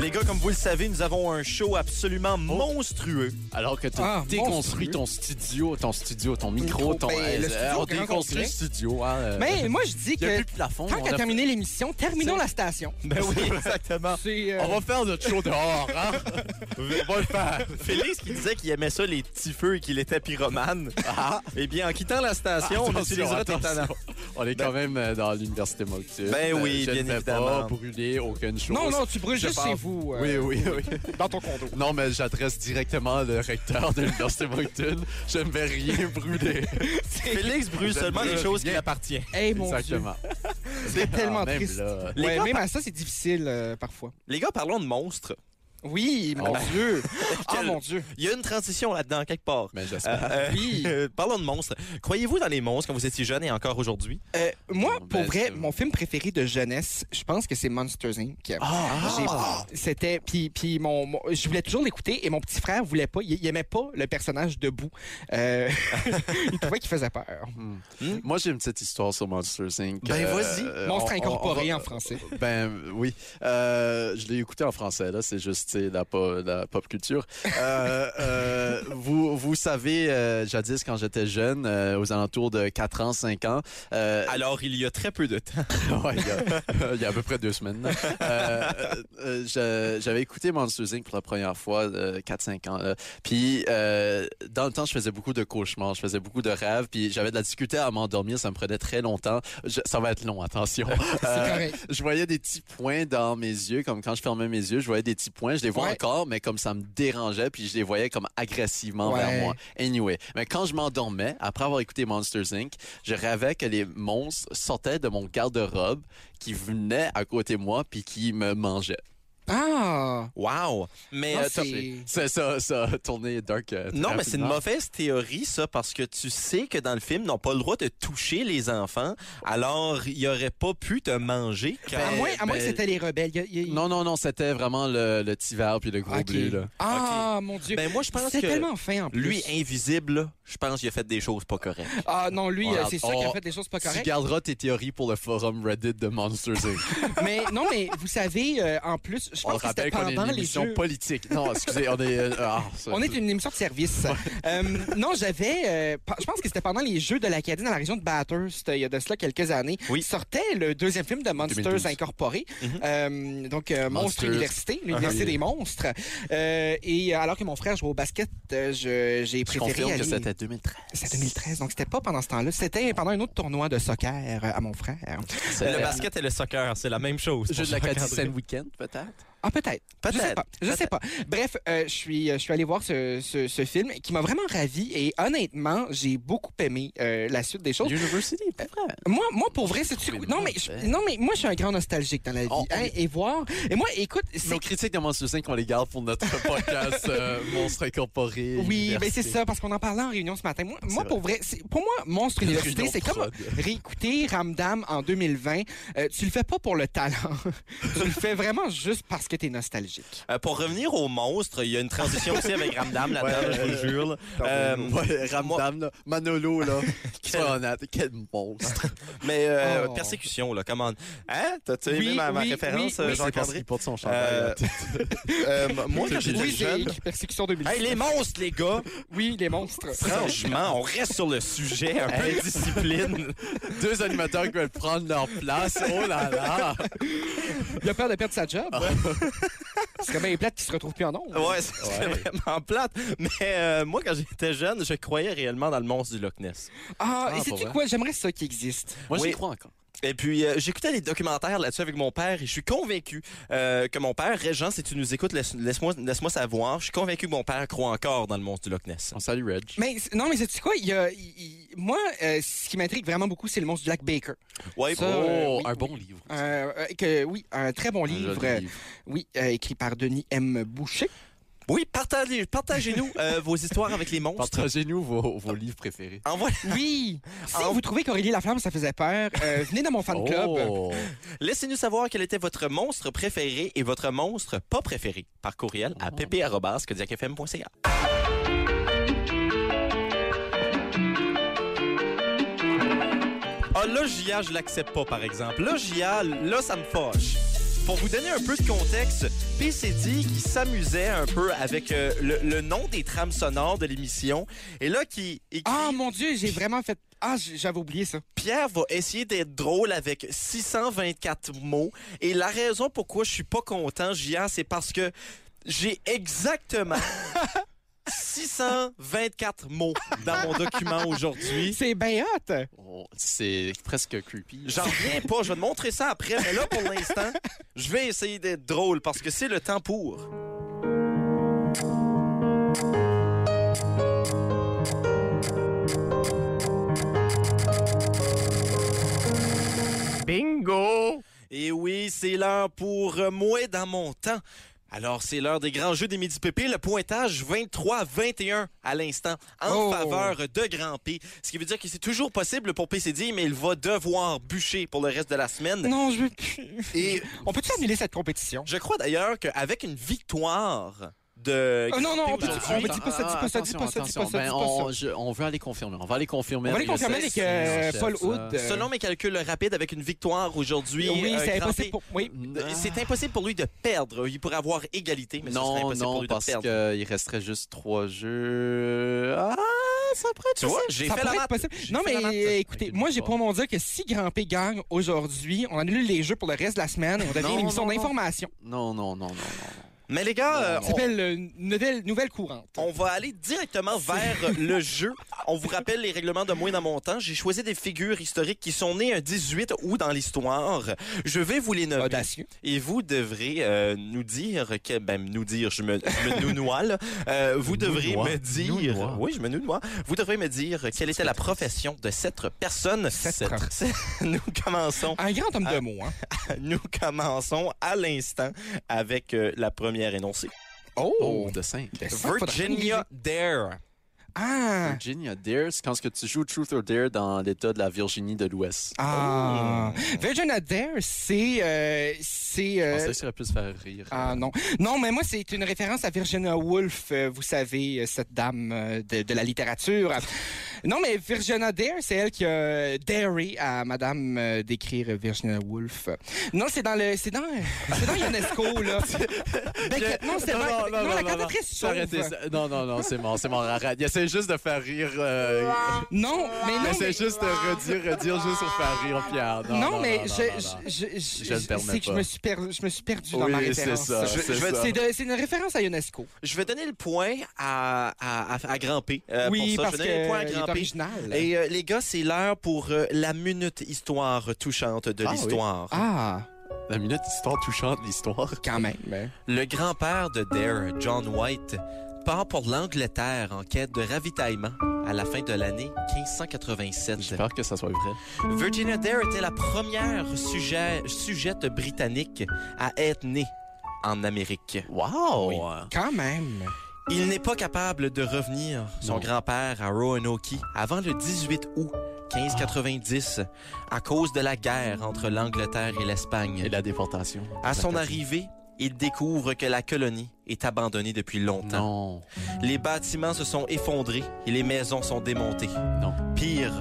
A: Les gars, comme vous le savez, nous avons un show absolument monstrueux.
C: Alors que tu as
D: Ah,
C: déconstruit
D: monstrueux.
C: ton studio, ton studio, ton
D: Micro,
C: micro, ton.
D: ben, le
C: euh,
D: studio
C: on
D: au grand
C: déconstruit le
D: complet.
C: studio. hein, euh,
D: Mais moi, je dis
C: Il n'y a
D: que
C: plus de plafond.
D: tant
C: on
D: qu'à
C: a-
D: terminer l'émission, terminons la station.
A: Ben oui, exactement.
D: C'est, euh,
C: On va faire notre show dehors, hein? On va le faire.
A: Félix qui disait qu'il aimait ça les petits feux et qu'il était pyromane.
C: Ah,
A: Eh bien, en quittant la station, on
C: Attention,
A: utilisera tes
C: attention.
A: talents.
C: on est quand même euh, dans l'université Moncton.
A: Ben
C: Euh,
A: oui,
C: je
A: bien
C: ne vais
A: évidemment.
C: pas brûler aucune chose.
D: Non, non, tu brûles
C: Je
D: juste
C: pars.
D: chez vous. euh,
C: Oui, oui, oui.
D: Dans ton condo.
C: Non, mais j'adresse directement le recteur de l'université Moncton. Je ne vais rien brûler.
A: Félix brûle
C: Je
A: seulement
C: brûle
A: les choses qui
C: rien.
A: lui appartiennent.
D: Hey, mon Dieu.
C: Exactement.
D: C'est tellement
C: Ah, même
D: triste.
C: là.
A: Les
D: Ouais,
A: gars,
D: même à ça, c'est difficile euh, parfois.
A: Les gars, parlons de monstres.
D: Oui, mon
C: Oh.
D: Dieu. Ah,
A: Quel-
D: mon Dieu.
A: Il y a une transition là-dedans, quelque part.
C: Mais
A: Euh,
C: j'espère.
A: euh,
D: Oui.
A: euh, parlons de monstres. Croyez-vous dans les monstres quand vous étiez jeune et encore aujourd'hui?
D: Euh, moi,
C: Bon,
D: pour
C: ben,
D: vrai,
C: c'est-
D: mon film préféré de jeunesse, je pense que c'est Monsters Inc. J'ai- C'était puis puis mon, mon- je voulais toujours l'écouter et mon petit frère voulait pas il, il aimait pas le personnage debout euh, il trouvait qu'il faisait peur
C: Euh, Moi, j'ai une petite histoire sur Monsters Inc.
A: Ben,
C: Euh,
A: vas-y.
C: euh,
D: monstre
C: on- on-
D: incorporé
C: on
D: en
C: va-
D: français
C: Ben oui. Euh, je l'ai écouté en français, là. C'est juste tu sais, la, po- la pop culture. Euh, euh, vous, vous savez, euh, jadis, quand j'étais jeune, euh, aux alentours de 4 ans, 5 ans. euh,
A: Alors, il y a très peu de temps.
C: ouais, il, y a, il y a à peu près deux semaines. là. Euh, euh, euh, je- J'avais écouté Monsters Inc. pour la première fois, 4-5 ans. là. Puis, euh, dans le temps, je faisais beaucoup de cauchemars, je faisais beaucoup de rêves, puis j'avais de la difficulté à m'endormir, ça me prenait très longtemps. Je- ça va être long, attention. Euh,
D: c'est correct
C: je voyais des petits points dans mes yeux, comme quand je fermais mes yeux, je voyais des petits points, je les vois
D: Ouais.
C: encore, mais comme ça me dérangeait, puis je les voyais comme agressivement vers
D: Ouais.
C: moi. Anyway, mais quand je m'endormais, après avoir écouté Monsters Inc., je rêvais que les monstres sortaient de mon garde-robe, qui venaient à côté de moi, puis qui me mangeaient.
D: ah
A: Wow! Mais
D: Non,
A: euh,
D: Ah, c'est-
A: t'as-
C: Ça, ça, ça a tourné dark. euh, très
A: Non, mais c'est une
C: rapidement.
A: mauvaise théorie, ça, parce que tu sais que dans le film, ils n'ont pas le droit de toucher les enfants, alors ils n'auraient pas pu te manger. Quand...
D: à
C: Ben,
D: moins à moins que
C: ben,
D: c'était les rebelles Il y a- il y a-
C: Non, non, non, c'était vraiment le, le petit verre puis le gros
D: Ok.
C: bleu, là.
D: ah mon dieu
A: Ben, moi, je pense
D: c'est
A: que
D: tellement fin en plus
A: lui, invisible, là, je pense qu'il a fait des choses pas correctes.
D: ah non lui
C: On-
D: euh, c'est sûr qu'il
C: on-
D: a fait des choses pas
C: Tu
D: correctes
C: garderas tes théories pour le forum Reddit de Monsters Inc.
D: mais non mais vous savez euh, en plus je
C: On
D: pense que c'était
C: rappelle qu'on est une
D: pendant les
C: émission
D: jeux
C: politique. Non, excusez, on est. euh, ah, ça-
D: On est une émission de service. Euh, non, j'avais. euh, pe- je pense que c'était pendant les Jeux de l'Acadie dans la région de Bathurst, euh, il y a de cela quelques années.
A: Oui.
D: Sortait le deuxième film de Monsters
C: 2012.
D: Incorporé. Euh, donc, euh, Monstre
C: Mhm. Monsters.
D: Université, l'Université
C: Ah oui.
D: des monstres. Euh, et alors que mon frère jouait au basket, euh, je- j'ai
C: Je
D: préféré.
C: confirme
D: aller-
C: que c'était 2013.
D: C'était 2013, donc c'était pas pendant ce temps-là. C'était pendant un autre tournoi de soccer euh, à mon frère.
C: C'est-
A: Le basket et le soccer, c'est la même chose.
C: Jeu de
A: Pour
C: l'Acadie
A: Jacques-André.
C: Saint Weekend, peut-être.
D: Ah, peut-être. Je sais pas. Je sais pas. Bref, euh, je suis, je suis allé voir ce, ce, ce film qui m'a vraiment ravi et honnêtement, j'ai beaucoup aimé euh, la suite des choses.
C: University, pas vrai.
D: Moi, moi pour vrai, c'est
C: Mais
D: non mais je-
C: mauvais.
D: non mais moi je suis un grand nostalgique dans la vie
C: On- on
D: Hein,
C: est-
D: et voir et moi écoute c'est
C: Nos critiques de Monsters Inc. on les garde pour notre podcast euh, Monstre Incorporé.
D: oui,
C: Université.
D: ben c'est ça, parce qu'on en parlait en réunion ce matin. Moi, moi,
C: vrai.
D: pour vrai, c'est- pour moi, Monstre
C: Une
D: Université,
C: réunion
D: c'est comme
C: prod.
D: réécouter Ramdam en 2020. Euh, tu le fais pas pour le talent. tu le fais vraiment juste parce que t'es nostalgique.
A: Euh, pour revenir aux monstres, il y a une transition aussi avec Ramdam là-dedans,
C: Ouais.
A: je vous le jure. là. Euh,
C: Ouais, Ramdam, là, Manolo, là. Quel... Quel monstre.
A: mais euh,
D: Oh.
A: persécution, là, comment... Hein? T'as-tu aimé
D: Oui,
A: ma, ma
D: oui,
A: référence,
D: oui,
A: euh,
D: oui.
C: C'est parce
A: Jacques-André?
C: qu'il porte son chandail.
A: Euh,
C: là, t'es-
A: Euh, moi, quand j'étais
D: Oui, j'ai
A: jeune...
D: écrit Persécution 2000.
A: Hey, les monstres, les gars!
D: Oui, les monstres.
A: Franchement, on reste sur le sujet, un peu de discipline.
C: Deux animateurs qui veulent prendre leur place. Oh là là.
D: Il a peur de perdre sa job. C'est quand même plate qui se retrouve plus en ondes.
A: Ouais, c'est c'est vraiment plate. Mais euh, moi, quand j'étais jeune, je croyais réellement dans le monstre du Loch Ness.
D: Ah,
C: Ah,
D: et
C: pour
D: sais-tu
C: vrai?
D: quoi? J'aimerais ça qui existe.
C: Moi, j'y
A: Oui.
C: crois encore.
A: Et puis, euh, j'écoutais les documentaires là-dessus avec mon père et je suis convaincu euh, que mon père, Régent, si tu nous écoutes, laisse- laisse-moi laisse moi savoir. Je suis convaincu que mon père croit encore dans le monstre du Loch Ness.
C: On salue Reg.
D: Mais c- non, mais sais-tu quoi? Il y a- il- il- moi, euh, ce qui m'intrigue vraiment beaucoup, c'est le monstre du lac Baker.
A: Ouais,
D: Ça, euh,
C: oh,
D: oui,
C: un
D: oui.
C: bon livre.
D: Euh, euh, que, oui, un très bon
C: Un joli
D: livre, euh,
C: livre.
D: oui, euh, écrit par Denis M. Boucher.
A: Oui, partagez- partagez-nous euh, vos histoires avec les monstres.
C: Partagez-nous vos, vos livres préférés.
A: Envoie-
D: Oui! si
A: Ah,
D: vous trouvez qu'Aurélie Laflamme, ça faisait peur, euh, venez dans mon fan club.
C: Oh.
A: Laissez-nous savoir quel était votre monstre préféré et votre monstre pas préféré par courriel à pp.kodiakfm.ca. Ah, là, JA, je l'accepte pas, par exemple. Là, JA, là, ça me fâche. Pour vous donner un peu de contexte, PCD qui s'amusait un peu avec euh, le, le nom des trames sonores de l'émission et là qui écrit
D: Ah mon Dieu, j'ai vraiment fait. Ah, j- j'avais oublié ça.
A: Pierre va essayer d'être drôle avec 624 mots. Et la raison pourquoi je suis pas content, J.A., c'est parce que j'ai exactement 624 mots dans mon document aujourd'hui.
D: C'est bien hot!
C: Oh, C'est presque creepy.
A: J'en reviens pas, je vais te montrer ça après, mais là pour l'instant, je vais essayer d'être drôle parce que c'est le temps pour.
G: Bingo!
A: Et oui, c'est l'heure pour euh, moi dans mon temps. Alors, c'est l'heure des grands jeux des midi pépé. Le pointage 23-21 à l'instant en
D: Oh.
A: faveur de Grand P. Ce qui veut dire que c'est toujours possible pour PCD, mais il va devoir bûcher pour le reste de la semaine.
D: Non, je veux plus.
A: Et
D: On peut-tu annuler cette compétition?
A: je crois d'ailleurs qu'avec une victoire de...
D: Oh, non, non, on
A: Grand P
D: peut-
A: aujourd'hui,
D: on peut- dis pas ça, dis pas ça, dis pas ça, dis pas ça, dis pas ça.
C: Ben, on, je- on veut aller confirmer. On va aller confirmer.
D: On va aller
C: avec le
D: confirmer avec
C: sexy,
D: euh,
C: en chef,
D: Paul
C: ça.
D: Hood. euh,
A: Selon mes calculs rapides, avec une victoire aujourd'hui,
D: Oui,
A: euh,
D: c'est
A: Grand
D: impossible
A: P-
D: pour. Ah. Oui.
A: Euh, C'est impossible pour lui de perdre. Il pourrait avoir égalité, mais ce serait
C: Non,
A: impossible pour
C: non,
A: lui de
C: parce
A: perdre.
C: qu'il resterait juste trois jeux. Ah, ça pourrait être
A: Tu vois, j'ai
D: Ça
A: fait la
D: pourrait être
A: maths.
D: possible.
A: J'ai
D: Non,
A: fait la maths.
D: mais écoutez,
C: Avec une
D: moi, j'ai pour
C: victoire.
D: mon dire que si Grand P gagne aujourd'hui, on annule les jeux pour le reste de la semaine et on devient
C: Non,
D: une émission
C: non, non.
D: d'information.
C: Non, non, non, non, non. non.
A: Mais les gars, euh,
D: Ça
A: on-
D: s'appelle euh, nouvelle, nouvelle Courante.
A: On va aller directement vers le jeu. On vous rappelle les règlements de moins dans mon temps. J'ai choisi des figures historiques qui sont nées un 18 août dans l'histoire. Je vais vous les nommer.
D: Audacieux.
A: Et vous devrez euh, nous dire, que, ben, nous dire, je me, je me nounoie, là. Euh, vous devrez
C: Nounoie.
A: me dire,
C: Nounoie.
A: oui, je me nounoie. Vous devrez me dire quelle était la profession de cette personne.
D: Cette-
A: Cette- nous commençons,
D: Un grand homme de
A: Ah.
D: mots, hein?
A: nous commençons à l'instant avec euh, la première énoncée.
C: Oh, de 5.
D: Ben, ça, faudrait
A: Virginia
D: organiser.
A: Dare.
D: Ah!
C: Virginia Dare, c'est quand ce que tu joues Truth or Dare dans l'État de la Virginie de l'Ouest.
D: Ah!
A: Oh!
D: Virginia Dare, c'est. euh, c'est.
C: Je
A: Ah,
D: euh,
C: pensais que ça aurait pu se faire rire.
D: Ah non. Non, mais moi, c'est une référence à Virginia Woolf, euh, vous savez, euh, cette dame euh, de, de la littérature. Non, mais Virginia Dare, c'est elle qui a euh, daré à madame euh, d'écrire Virginia Woolf. Non, c'est dans le. C'est dans, c'est dans UNESCO, là. Beckett- non, c'est dans. Non, la cantatrice
C: Faut arrêter
D: sauve.
C: ça. Non, non, non, c'est mort, c'est mort. Arrête. Il essaie juste de faire rire. euh,
D: Non, mais
C: il
D: non.
C: essaie
D: mais-
C: juste de redire, redire juste pour faire rire Pierre. Non,
D: Non, mais
C: non,
D: je,
C: non, non.
D: je, je,
C: Je le permets
D: c'est que je
C: pas.
D: me suis perdu, je me suis perdu dans
C: Oui,
D: ma
C: c'est
D: référence.
C: ça,
A: Je-
C: c'est
A: je vais-
C: ça.
D: C'est, de- c'est une référence à UNESCO.
A: Je vais donner le point à, à, à, à Grand P. euh,
D: oui,
A: pour ça.
D: parce
A: je vais donner le point à
D: que il est
A: Grand P.
D: original.
A: Et euh, les gars, c'est l'heure pour euh, la minute histoire touchante de
C: Ah,
A: l'histoire.
D: Ah,
C: La minute histoire touchante de l'histoire.
D: quand même. hein.
A: Le grand-père de Dare, John White, part pour l'Angleterre en quête de ravitaillement à la fin de l'année 1587.
C: J'espère que ça soit vrai.
A: Virginia Dare était la première sujet- sujette britannique à être née en Amérique.
C: Wow!
A: Ah.
D: Quand même.
A: Il n'est pas capable de revenir, son
C: Non.
A: grand-père, à Roanoke, avant le 18 août 1590, à cause de la guerre entre l'Angleterre et l'Espagne.
C: Et la déportation.
A: À son
C: La-
A: arrivée, il découvre que la colonie est abandonnée depuis longtemps.
C: Non.
A: Les bâtiments se sont effondrés et les maisons sont démontées.
C: Non.
A: Pire,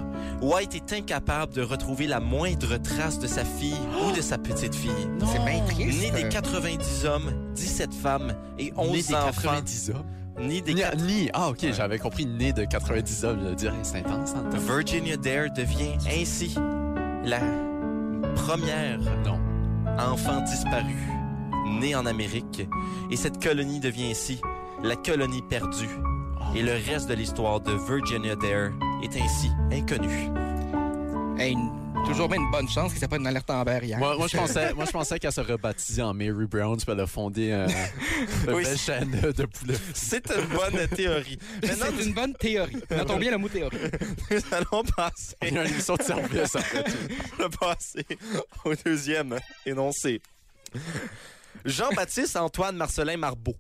A: White est incapable de retrouver la moindre trace de sa fille ou de sa petite fille.
C: Non.
D: C'est bien triste. hein.
A: Ni des 90 hommes, 17 femmes et 11
C: Né des
A: enfants,
C: 90 hommes.
A: ni des
C: Ni, ni- ah, ok, j'avais compris né de 90 hommes. Je veux dire, hey, c'est intense, hein, t'as-
A: Virginia Dare devient ainsi la première
C: Non.
A: enfant disparue née en Amérique. Et cette colonie devient ainsi la colonie perdue. Et le reste de l'histoire de Virginia Dare est ainsi inconnu.
D: Hey, une- Toujours bien une bonne chance que ça pas une alerte en hier.
C: Moi, moi, je pensais, moi, je pensais qu'elle se rebaptisait en Mary Brown, puis elle a fondé un- une
A: Oui.
C: belle chaîne de poulet.
A: C'est une bonne théorie. Maintenant,
D: C'est une bonne théorie. Notons bien le mot théorie.
A: nous allons passer
C: Il y a une émission de service, en fait.
A: le passé au deuxième énoncé. Jean-Baptiste Antoine Marcelin Marbeau.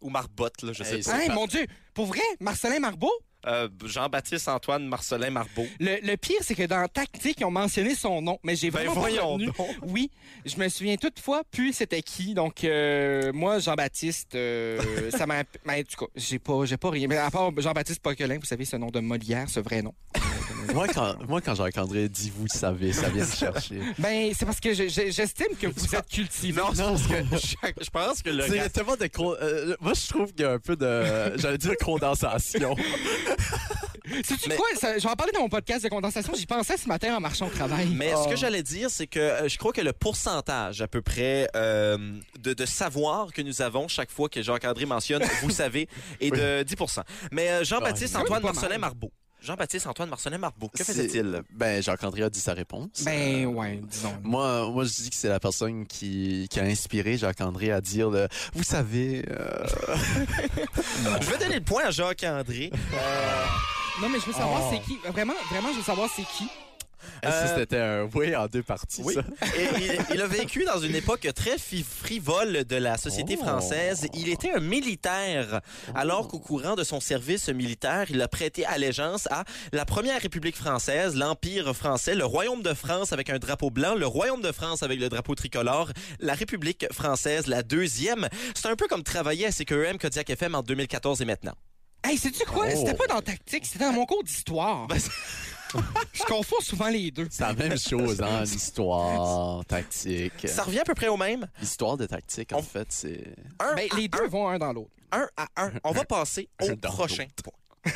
A: Ou Marbotte, là, je sais
C: Hey,
A: pas.
C: c'est
D: Hein,
C: pas-
D: mon Dieu! Pour vrai, Marcelin Marbeau?
A: Euh, Jean-Baptiste Antoine Marcelin Marbeau.
D: Le, le pire, c'est que dans Tactique, ils ont mentionné son nom, mais j'ai
A: Ben
D: vraiment pas
A: voyons
D: retenu.
A: donc.
D: Oui, je me souviens toutefois plus c'était qui. Donc, euh, moi, Jean-Baptiste, euh, ça m'a... mais En tout cas, j'ai pas, j'ai pas rien. Mais à part Jean-Baptiste Poquelin, vous savez, ce nom de Molière, ce vrai nom.
C: Moi, quand, moi, quand Jacques-André dit vous le savez, ça vient me chercher.
D: Ben, c'est parce que je- je- j'estime que vous êtes cultivé.
A: Non, c'est parce que chaque- je pense que le
C: C'est tellement de. con- euh, moi, je trouve qu'il y a un peu de. J'allais dire condensation.
D: Sais-tu
A: Mais-
D: quoi? Ça- je vais en parler dans mon podcast de condensation. J'y pensais ce matin en marchant au travail.
A: Mais ce que j'allais dire, c'est que euh, je crois que le pourcentage à peu près euh, de, de savoir que nous avons chaque fois que Jacques-André mentionne, vous savez, est de 10 Mais euh, Jean-Baptiste
D: Ouais.
A: Antoine
D: Pas mal.
A: Marcelin Marbeau. Jean-Baptiste Antoine Marcelin Marbeau, que faisait-il?
C: Ben, Jacques-André a dit sa réponse.
D: Ben, ouais, disons.
C: Moi, moi, je dis que c'est la personne qui, qui a inspiré Jacques-André à dire le, Vous savez. euh,
A: Je vais donner le point à Jacques-André.
D: Non, mais je veux savoir c'est qui. Vraiment, vraiment, je veux savoir c'est qui.
C: est-ce
A: Euh,
C: que c'était un oui en deux parties,
A: Oui.
C: ça?
A: Et il, il a vécu dans une époque très fi- frivole de la société
C: Oh.
A: française. Il était un militaire, alors qu'au courant de son service militaire, il a prêté allégeance à la Première République française, l'Empire français, le Royaume de France avec un drapeau blanc, le Royaume de France avec le drapeau tricolore, la République française, la deuxième. C'est un peu comme travailler à CQM Kodiak FM en 2014 et maintenant.
D: Hey, sais-tu quoi?
C: Oh.
D: C'était pas dans tactique, c'était dans mon cours d'histoire.
A: Ben, c'est-
D: je confonds souvent les deux.
C: C'est la même chose, hein? L'histoire, tactique.
A: Ça revient à peu près au même.
C: L'histoire de tactique, en
A: On-
C: fait, c'est.
A: Un,
D: Ben, les deux vont un dans l'autre.
A: un à un. On va passer au
C: Dans
A: prochain point.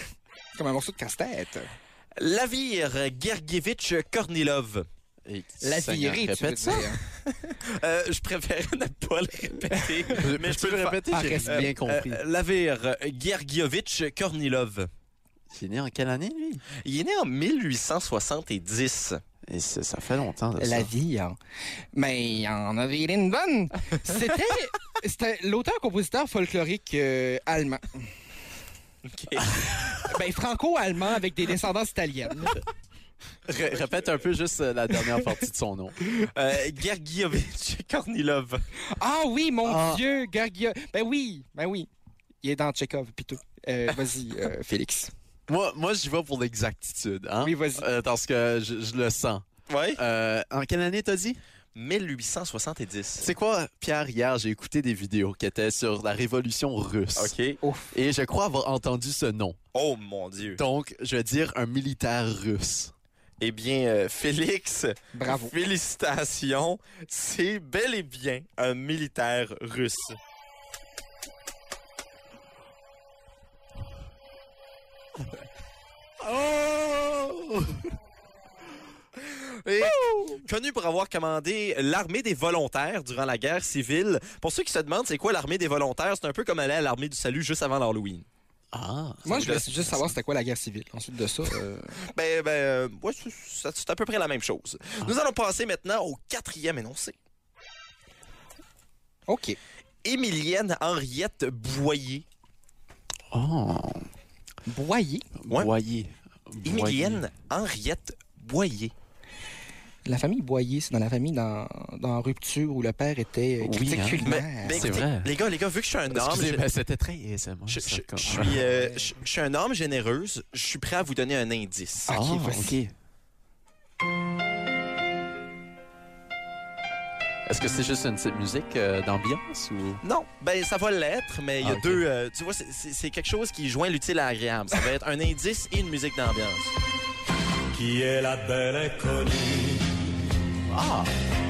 D: Comme un morceau de casse-tête.
A: Lavir Gergievitch Kornilov.
C: Et-
D: La
C: Seigneur,
D: virée, tu veux
C: répète ça.
D: dire.
A: Euh, je préférais ne pas le répéter. mais je peux le
C: Peux-tu le
A: faire.
C: répéter,
D: Ah,
C: j'ai
D: reste
C: bien
A: Euh,
C: compris.
A: Lavir Gergievitch Kornilov.
C: Il est né en quelle année, lui?
A: Il est né en 1870.
C: Et c'est- ça fait longtemps, de
D: La
C: ça.
D: vie, hein. Mais il en a viré une bonne. C'était, c'était l'auteur-compositeur folklorique euh, allemand. Ben, franco-allemand avec des descendances italiennes.
C: Ré- Répète un peu juste euh, la dernière partie de son nom.
A: Euh, Gergievitch Kornilov.
D: Ah oui, mon
C: Ah.
D: Dieu, Gargia. Ben oui, ben oui. Il est dans Tchekhov, pis tout. Euh, vas-y, euh, Félix.
C: Moi, moi j'y vais pour l'exactitude. Hein?
D: Oui, vas-y.
C: Euh, parce que je, je le sens.
A: Oui.
C: Euh, en quelle année t'as dit?
A: 1870.
C: C'est quoi, Pierre, hier, j'ai écouté des vidéos qui étaient sur la révolution russe.
A: OK.
C: Et je crois avoir entendu ce nom.
A: Oh mon Dieu.
C: Donc, je vais dire un militaire russe.
A: Eh bien, euh, Félix,
D: Bravo.
A: félicitations. C'est bel et bien un militaire russe. Et connu pour avoir commandé l'armée des volontaires durant la guerre civile. Pour ceux qui se demandent c'est quoi l'armée des volontaires, c'est un peu comme aller à l'armée du salut juste avant l'Halloween.
C: Ah!
D: Moi,
A: me
D: je voulais
A: laisse-
D: juste savoir c'était quoi la guerre civile. Ensuite de ça, euh,
A: Ben, ben, euh, ouais, c'est- c'est c'est à peu près la même chose.
C: Ah.
A: Nous allons passer maintenant au quatrième énoncé.
D: OK.
A: Émilienne Henriette Boyer.
C: Oh!
D: Boyer,
A: Ouais.
C: Boyer.
A: Émilienne Henriette Boyer.
D: la famille Boyer, c'est dans la famille dans, dans Rupture où le père était euh,
C: Oui,
D: critique
C: hein.
D: culinaire.
A: Ben,
C: C'est
A: écoutez,
C: vrai.
A: Les gars, les gars, vu que je suis un homme,
C: Excusez,
A: je-
C: mais c'était très ASMR,
A: je,
C: ça,
A: je-
C: comme-
A: je suis, euh, je- je suis un homme généreuse. Je suis prêt à vous donner un indice.
C: Ah,
D: Ok, voici.
C: ok. Est-ce que c'est juste une petite musique euh, d'ambiance ou.
A: Non, ben ça va l'être, mais il y a
C: Ah, ok.
A: deux. euh, tu vois, c'est- c'est c'est quelque chose qui joint l'utile à l'agréable. Ça va être un indice et une musique d'ambiance.
G: Qui est la belle inconnue
C: Ah!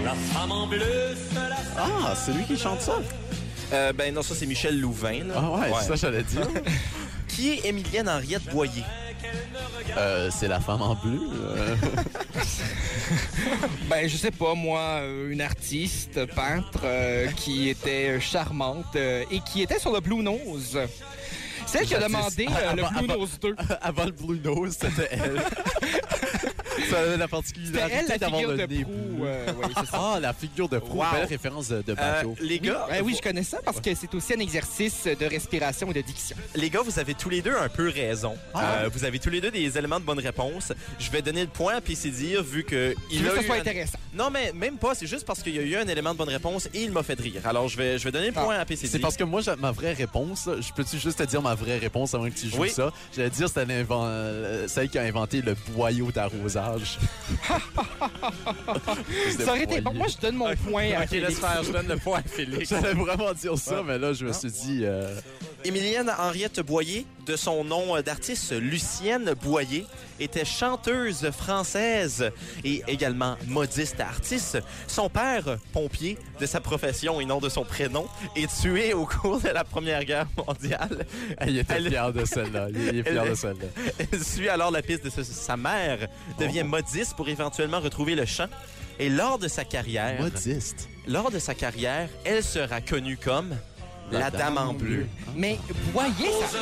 G: La femme en bleu, seule à
C: Ah! C'est lui qui chante ça!
A: Euh, ben non, ça c'est Michel Louvain. là.
C: Ah ouais,
A: Ouais.
C: ça j'allais dire.
A: Qui est Émilienne Henriette Boyer?
C: Euh, c'est la femme en bleu. euh.
D: Ben, je sais pas, moi, euh, une artiste, peintre, euh, qui était charmante euh, et qui était sur le Blue Nose. Celle qui a demandé euh,
C: Ah,
D: le Blue Nose 2.
C: Avant le Blue Nose, c'était elle. Ça avait la
D: C'était
C: particularité
D: elle, la
C: d'avoir
D: figure
C: ah, le
D: de
C: nez
D: proue.
C: bleu.
D: euh, oui, c'est ça.
C: Ah, la figure de proue,
A: Wow.
C: belle référence de de
A: Euh,
C: bateau.
A: les gars,
D: Ben oui, je connais ça parce que c'est aussi un exercice de respiration et de diction.
A: Les gars, vous avez tous les deux un peu raison.
D: Ah,
A: Euh, vous avez tous les deux des éléments de bonne réponse. Je vais donner le point à PCD vu que
D: Je
A: il
D: veux
A: a
D: que
A: eu
D: ce soit
A: un-
D: intéressant.
A: Non, mais même pas. C'est juste parce qu'il y a eu un élément de bonne réponse et il m'a fait rire. Alors, je vais, je vais
D: Ah.
A: donner le point à PCD.
C: C'est parce que moi, j'a- ma vraie réponse, là, je peux-tu juste te dire ma vraie réponse avant que tu joues
A: Oui.
C: ça? J'allais dire c'était l'invent- euh, celle qui a inventé le boyau d'arrosage.
D: Ça aurait été bon. Moi, je donne mon point à
A: OK, laisse
D: Félix.
A: faire. Je donne le point à Félix.
C: J'allais vraiment dire ça, mais là, je me suis dit... euh,
A: Émilienne Henriette Boyer, de son nom euh, d'artiste Lucienne Boyer, était chanteuse française et également modiste artiste. Son père, pompier de sa profession et non de son prénom, est tué au cours de la Première Guerre mondiale.
C: Ah, il était
A: Elle-
C: fier de celle-là. Il, il est fier
A: Elle-
C: de celle-là.
A: Elle suit alors la piste de sa- sa mère, devient
C: Oh.
A: modiste pour éventuellement retrouver le chant. Et lors de sa carrière,
C: Modiste.
A: lors de sa carrière, elle sera connue comme la, dame, en bleu.
D: Mais voyez ça.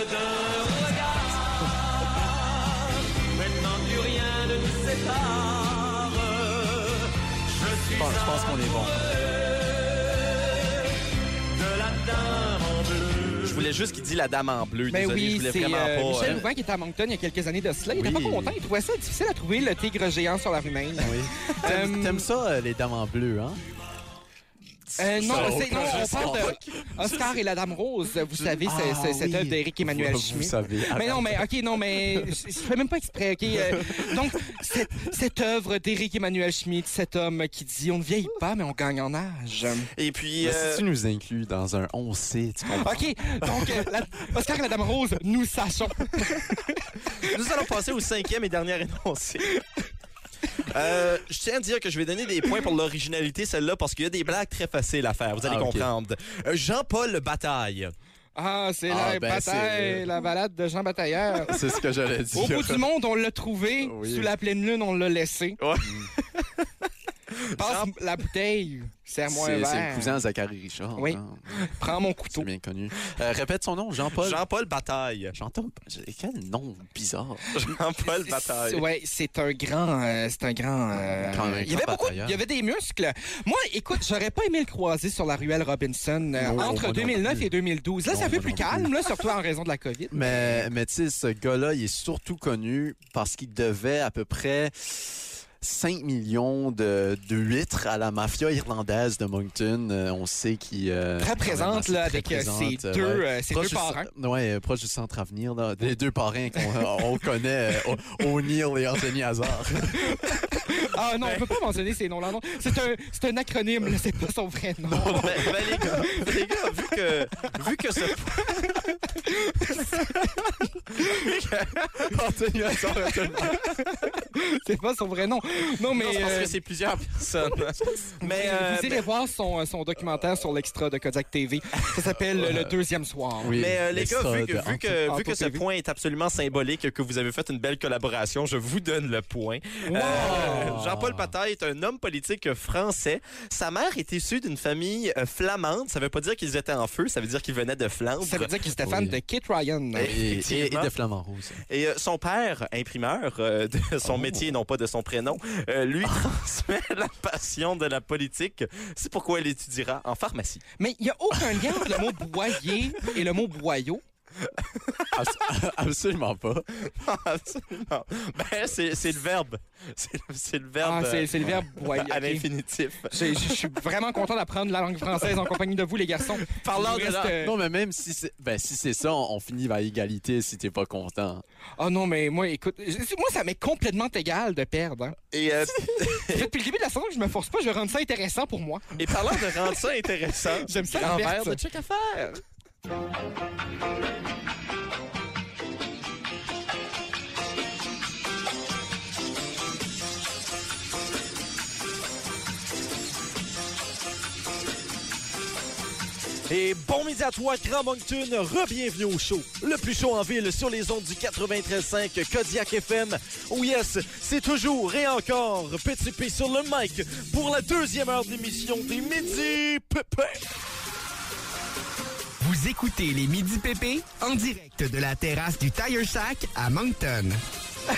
C: Je pense, je pense qu'on est bon.
A: Je voulais juste qu'il dise la dame en bleu.
D: Ben
A: Désolé, je
D: oui,
A: voulais
D: c'est
A: vraiment
D: euh,
A: pas.
D: Michel
A: euh,
D: Louvain qui était à Moncton il y a quelques années de cela. Il était
C: Oui.
D: pas content. Il trouvait ça difficile à trouver, le tigre géant sur la Rumaine.
C: Oui. T'aimes t'aimes ça, euh, les dames en bleu, hein?
D: Euh, non,
C: Ça,
D: c'est- non, on
C: jusqu'en-
D: parle de Oscar et la Dame Rose. Vous savez, c'est-
A: Ah
D: c'est- cette œuvre d'Éric Emmanuel
C: Ah Vous- Vous
D: Schmitt.
C: savez.
D: Mais non, mais OK, non, mais je, je fais même pas exprès, OK? euh, donc, cette, cette œuvre d'Éric Emmanuel Schmitt, cet homme qui dit on ne vieillit pas, mais on gagne en âge.
A: Et puis.
C: Mais
A: euh,
C: si tu nous inclus dans un on sait, tu comprends?
D: OK, donc, euh, la- Oscar et la Dame Rose, nous sachons.
A: Nous allons passer au cinquième et dernier énoncé. Euh, je tiens à dire que je vais donner des points pour l'originalité, celle-là, parce qu'il y a des blagues très faciles à faire. Vous allez
C: Ah, ok.
A: comprendre. Euh, Jean-Paul Bataille.
D: Ah, c'est
C: Ah,
D: la
C: ben,
D: bataille,
C: c'est-
D: la balade de Jean Batailleur.
C: C'est ce que j'allais dire.
D: Au bout du monde, on l'a trouvé.
C: Oui.
D: Sous la pleine lune, on l'a laissé.
A: Ouais.
D: Passe la bouteille. Serre-moi un
C: C'est c'est
D: verre.
C: le cousin à Zachary Richard.
D: ben. Oui.
C: hein.
D: Prends mon
C: C'est
D: couteau.
C: bien connu. Euh, répète son nom, Jean-Paul.
A: Jean-Paul Bataille.
C: Jean-Paul. Quel nom bizarre.
A: Jean-Paul
D: C'est-
A: Bataille.
D: Ouais, c'est un grand, euh, c'est un grand. euh,
C: Quand même,
D: il y avait
C: grand
D: beaucoup,
C: batailleur.
D: il y avait des muscles. Moi, écoute, j'aurais pas aimé le croiser sur la ruelle Robinson euh,
C: Non, moi
D: entre
C: non
D: 2009
C: plus.
D: et 2012. Là,
C: Non,
D: c'est un peu
C: moi
D: plus
C: non plus.
D: calme, là, surtout en raison de la COVID.
C: Mais, mais tu sais, ce gars-là, il est surtout connu parce qu'il devait à peu près 5 millions de, de huîtres à la mafia irlandaise de Moncton. Euh, on sait qu'il... euh,
D: Très présente,
C: c'est
D: là,
C: très
D: avec euh,
C: présente,
D: ses
C: euh,
D: deux,
C: ouais.
D: euh, ses deux
C: Proche du
D: parents.
C: cen- ouais, euh, proche du centre à venir, là. Les deux parrains qu'on on connaît, euh, O- O'Neill et Anthony Hazard.
D: Ah non, on peut pas mentionner ces noms-là. non. C'est un, c'est un acronyme, là, c'est pas son vrai nom.
A: Ben, ben, les gars, les gars, vu que, vu que ce
C: Anthony Hazard est un
D: C'est pas son vrai nom. Non, mais.
A: Non, c'est parce
D: euh,
A: que c'est plusieurs personnes. Mais,
D: vous-
A: euh,
D: vous irez voir son, son documentaire sur l'extra de Kodak TV. Ça s'appelle Le deuxième soir.
C: Oui,
A: mais euh, les
C: mais
A: gars,
C: ça,
A: vu que,
C: de
A: vu, que,
D: Anto-
A: vu que
D: Anto
A: ce
D: TV.
A: point est absolument symbolique, que vous avez fait une belle collaboration, je vous donne le point. Euh, Jean-Paul Bataille est un homme politique français. Sa mère est issue d'une famille euh, flamande. Ça veut pas dire qu'ils étaient en feu, ça veut dire qu'ils venaient de Flandre.
D: Ça veut dire qu'il était fan
C: Oui.
D: de Kit Ryan.
C: Et, et,
A: Effectivement.
C: de Flamand Rose.
A: Et euh, son père, imprimeur euh, de son
C: Oh.
A: métier, non pas de son prénom, euh, lui
D: Ah.
A: transmet la passion de la politique. C'est pourquoi elle étudiera en pharmacie.
D: Mais il n'y a aucun lien entre le mot boyer et le mot boyau.
C: Abs- Absolument pas.
A: Absolument. Ben, c'est c'est le verbe. C'est le- C'est le
D: Ah,
A: verbe.
D: c'est
A: euh,
D: c'est le verbe boyer.
A: à
D: ok.
A: l'infinitif.
D: J'ai- Je je suis vraiment content d'apprendre la langue française en compagnie de vous, les garçons.
A: Parlant
D: Il
A: de
D: reste,
A: la-
D: euh,
C: Non, mais même si c'est ben, si c'est ça, on, on finit à égalité si t'es pas content.
D: Oh non, mais moi, écoute, je- moi, ça m'est complètement égal de perdre. hein.
A: Et, euh,
D: Depuis le début de la saison, je me force pas, je rends ça intéressant pour moi.
A: et parlant de rendre ça intéressant,
D: J'aime ça, la
A: grand verre
D: verte.
A: de check à faire. Et Et bon midi à toi, Grand Moncton. Re-bienvenue au show. Le plus chaud en ville sur les ondes du 93.5 Kodiak FM. Oh yes, c'est toujours et encore Petit P sur le mic pour la deuxième heure d'émission des Midi Pépé.
B: Vous écoutez les Midi PP en direct de la terrasse du Tire Shack à Moncton.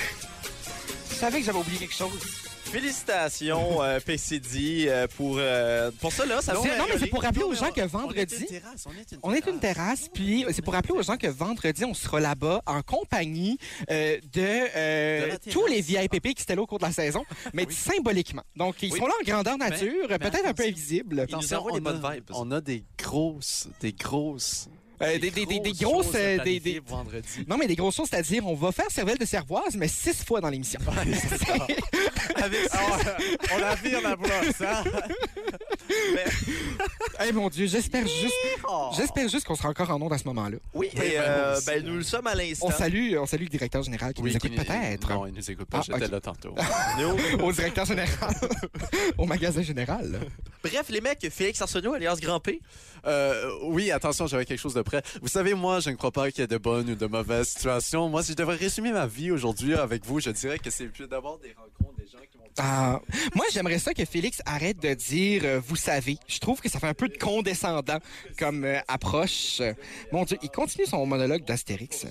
D: Je savais que j'avais oublié quelque chose.
A: Félicitations, euh, PCD, euh, pour, euh, pour ça, là. Ça
D: Non,
A: va
D: non, mais
A: rigoler.
D: c'est pour rappeler
A: Non,
D: aux
A: mais
D: gens
A: on-
D: que
A: on est
D: vendredi-
A: une terrasse, on est une
D: On est une
A: terrasse.
D: terrasse, puis euh, c'est pour rappeler aux gens que vendredi, on sera là-bas en compagnie euh, de, euh,
A: De la terrasse.
D: tous les VIPP qui étaient là au cours de la saison, mais symboliquement. Donc, ils
A: Oui.
D: sont là en grandeur
A: Mais-
D: nature,
A: mais
D: peut-être un peu
A: attention.
D: invisibles.
A: Ils nous envoient
C: on
A: des bonnes
C: a-
A: vibes.
C: On a des grosses, des grosses,
D: Euh, des, des- des- des grosses...
C: choses
D: euh,
C: de
D: des- des-
C: planifier vendredi.
D: Non, mais des grosses choses, c'est-à-dire, on va faire cervelle de cervoise, mais six fois dans l'émission.
A: Avec on la vire la brosse, hein?
D: Eh mon Dieu, j'espère juste,
A: Oh.
D: j'espère juste qu'on sera encore en onde à ce moment-là.
A: Oui,
C: Oui,
A: et
C: ben,
A: euh,
C: aussi.
A: ben, nous le sommes à l'instant.
D: On salue, on salue le directeur général qui nous écoute
C: qui-
D: peut-être.
C: euh, Non, il nous écoute pas.
D: Ah,
C: J'étais
D: ok.
C: là tantôt.
A: Nous-
D: Au directeur général, au magasin général.
A: Bref, les mecs, Félix Arsenault, alias Grand P.
C: Euh, oui, attention, j'avais quelque chose de prêt. Vous savez, moi, je ne crois pas qu'il y ait de bonnes ou de mauvaises situations. Moi, si je devrais résumer ma vie aujourd'hui avec vous, je dirais que c'est plus d'abord des rencontres, des gens qui m'ont...
D: Ah, moi, j'aimerais ça que Félix arrête de dire euh, vous savez. Je trouve que ça fait un peu de condescendant comme euh, approche. Euh, Mon Dieu, il continue son monologue d'Astérix.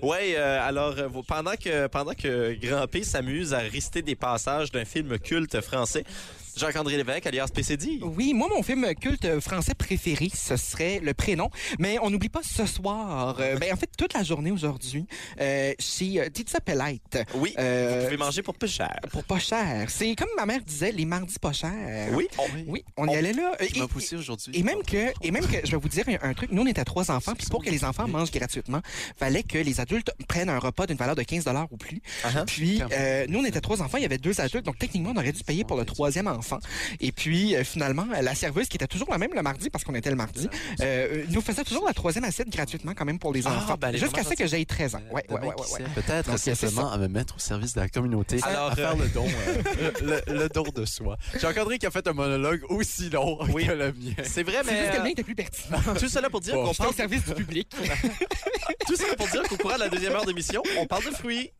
A: Ouais, euh, alors euh, vous- pendant que pendant que Grand P s'amuse à réciter des passages d'un film culte français, Jacques-André Lévesque, alias PCD.
D: Oui, moi, mon film culte français préféré, ce serait Le Prénom. Mais on n'oublie pas ce soir, euh, ben, en fait, toute la journée aujourd'hui, euh, chez euh, Pizza Pellette.
A: Oui,
D: Euh,
A: vous pouvez manger pour peu cher.
D: Pour pas cher. C'est comme ma mère disait, les mardis pas chers.
A: Oui, on-
D: euh, Oui, on y allait là.
C: Qui
D: Et-
C: m'a poussé aujourd'hui.
D: Et même que, et même que, je vais vous dire un, un truc. Nous, on était trois enfants, puis pour que les enfants mangent gratuitement, fallait que les adultes prennent un repas d'une valeur de 15 dollars ou plus.
A: Uh-huh.
D: Puis, euh, nous, on était trois enfants, il y avait deux adultes, donc techniquement, on aurait dû payer pour le troisième enfant. Et puis, euh, finalement, euh, la serveuse, qui était toujours la même le mardi, parce qu'on était le mardi, euh, nous faisait toujours la troisième assiette gratuitement quand même pour les
A: Ah,
D: enfants,
A: ben, elle est
D: jusqu'à
A: vraiment
D: ce que j'aie 13 ans. Ouais, ouais,
C: Euh, Demain,
D: ouais,
C: qui
D: ouais, ouais.
C: sait, Peut-être
D: Donc, c'est
C: simplement à me mettre au service de la communauté.
A: Alors,
C: à faire le don, euh, le, le don de soi. Jacques-André qui a fait un monologue aussi long
A: Oui.
C: que le mien.
A: c'est vrai,
D: C'est juste que le mien
A: mais
D: était plus pertinent.
A: euh, tout cela pour dire
C: Bon.
A: qu'on
D: J'étais
A: parle
D: au service du public.
A: tout cela pour dire qu'au courant de la deuxième heure d'émission, on parle de fruits.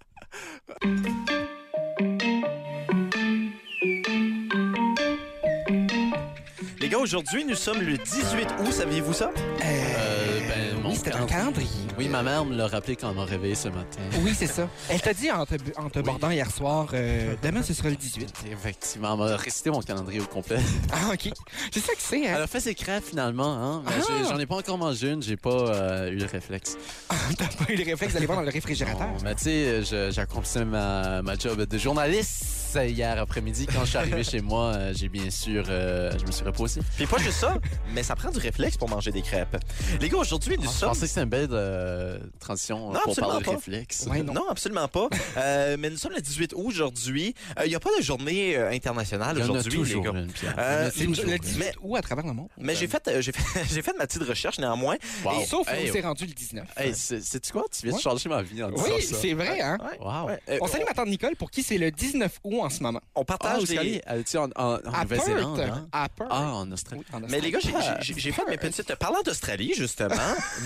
A: Les gars, aujourd'hui, nous sommes le 18 août, saviez-vous ça?
C: Euh, ben, mon
D: oui, c'était dans le
C: calendrier.
D: calendrier.
C: Oui, ma mère me l'a rappelé quand elle m'a réveillé ce matin.
D: Oui, c'est ça. Elle t'a dit en te, en te bordant hier soir, euh, demain ce sera le 18.
C: Effectivement, elle m'a récité mon calendrier au complet.
D: Ah, OK. C'est ça que c'est,
C: Elle
D: hein?
C: a fait ses crêpes finalement, hein. mais
D: Ah!
C: j'ai- J'en ai pas encore mangé une, j'ai pas euh, eu le réflexe.
D: T'as pas eu le réflexe d'aller voir dans le réfrigérateur?
C: Bon, mais tu sais, je- j'accomplissais ma, ma job de journaliste hier après-midi. Quand je suis arrivé chez moi, euh, j'ai bien sûr, euh, je me suis reposé.
A: Puis pas juste ça, mais ça prend du réflexe pour manger des crêpes. Les gars, aujourd'hui, nous
C: Ah, Je
A: sommes...
C: pensais que c'était une belle euh, transition
A: Non,
C: pour
A: absolument
C: parler de
A: pas.
C: réflexe.
D: Ouais,
A: non.
D: non.
A: absolument pas. Euh, mais nous sommes le 18 août aujourd'hui. Euh, Il n'y a pas de journée euh, internationale
C: Il y en a
A: aujourd'hui, les
C: toujours
A: gars.
C: une, Pierre.
A: Euh,
C: Il y en a toujours
A: le
C: une.
A: dix-
D: Mais où à travers le monde?
A: Mais j'ai fait, euh, j'ai fait, j'ai fait ma petite recherche néanmoins.
C: Wow.
D: Et Sauf
C: Hey,
D: qu'on s'est rendu le 19.
C: hey, c'est- sais-tu quoi? Tu viens de
D: Ouais.
C: changer ma vie en disant
D: Oui,
C: ça.
D: c'est vrai, hein?
A: Ouais.
C: Wow.
A: Ouais. Euh,
D: On salue ma tante Nicole pour qui c'est le 19 août en ce moment.
A: on
C: Ah,
A: partage
C: où est-ce qu'elle
A: des...
C: est? Elle est-tu en, en- en
D: À Perth.
C: Nouvelle-Zélande? hein?
D: À Perth.
C: Ah, en Australie.
D: Oui, en
A: Mais les gars, j'ai-
D: Australie.
A: j'ai j'ai fait mes petites... Parlant d'Australie, justement,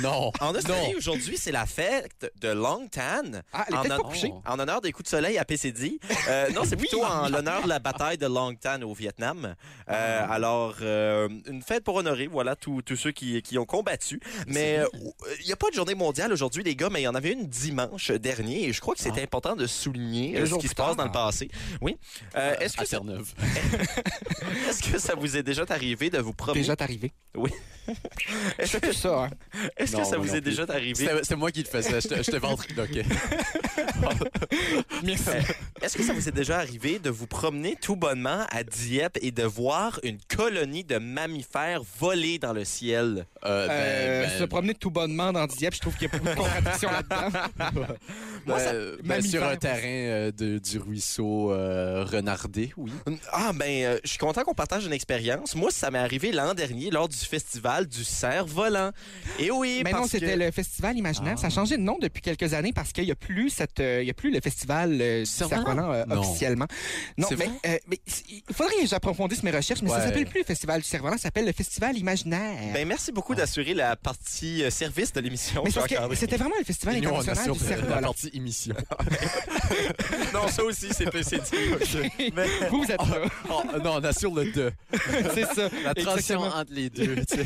C: Non.
A: en Australie,
C: Non.
A: aujourd'hui, c'est la fête de Longtan.
D: Ah, elle est
A: En
D: peut-être
A: hon-
D: pas couchée.
A: En honneur des coups de soleil à PCD. Euh, non, c'est plutôt en l'honneur de la bataille de Long Tan au Vietnam. Euh, alors, euh, une fête pour honorer, voilà, tous tous ceux qui, qui ont combattu. Mais euh, il n'y a pas de journée mondiale aujourd'hui, les gars, mais il y en avait une dimanche dernier et je crois que c'est important de souligner
D: Deux
A: euh, ce
D: jours
A: qui se
D: plus tard.
A: passe dans le passé. Oui. Euh, Est-ce que,
C: À Terre-Neuve.
A: est que ça vous est déjà arrivé de vous promener?
D: Déjà arrivé.
A: Ah Oui.
D: C'est plus ça, hein?
A: Est-ce que
C: Non,
A: ça
C: moi
A: vous
C: non
A: est
C: plus.
A: déjà arrivé?
C: C'était- C'est moi qui le faisais. J'étais j'étais ventriloqué.
D: Merci.
A: Est-ce que ça vous est déjà arrivé de vous promener tout bonnement à Dieppe et de voir une colonie de mammifères voler dans le ciel?
C: Euh, ben,
D: Euh,
C: ben,
D: se promener tout bonnement dans Dieppe, je trouve qu'il y a beaucoup de contradictions là-dedans. Moi, ça-
C: Ben, ben,
D: mammifère,
C: sur un
D: oui.
C: terrain euh, de- du ruisseau euh, renardé, oui.
A: Ah, ben, euh, je suis content qu'on partage une expérience. Moi, ça m'est arrivé l'an dernier lors du festival du cerf-volant. Et oui,
D: Mais
A: parce
D: non,
A: que- Ah.
D: c'était le Festival Imaginaire. Ça a changé de nom depuis quelques années parce qu'il n'y a plus cette, euh, il y a plus le Festival euh, du
C: Cerf-Volant?
D: Cerf-Volant, euh,
C: Non.
D: officiellement. Non,
C: C'est
D: mais, euh, mais c- il faudrait que j'approfondisse mes recherches, mais ça
C: Ouais.
D: s'appelle plus le Festival du Cerf-Volant, ça s'appelle le Festival Imaginaire.
A: Ben, merci beaucoup d'assurer la partie euh, service de l'émission.
D: mais c'est parce que
A: Jean-Carl.
D: c'était vraiment le Festival
C: Union en
D: international du
C: nation, euh, la
D: Cerf-Volant.
C: partie émission.
A: Non, ça aussi, c'est peu c'est dit. Mais-
D: Vous, vous êtes là.
C: Oh, non, on assure le 2.
D: c'est ça.
C: La transition
D: Exactement.
C: entre les deux. tu sais.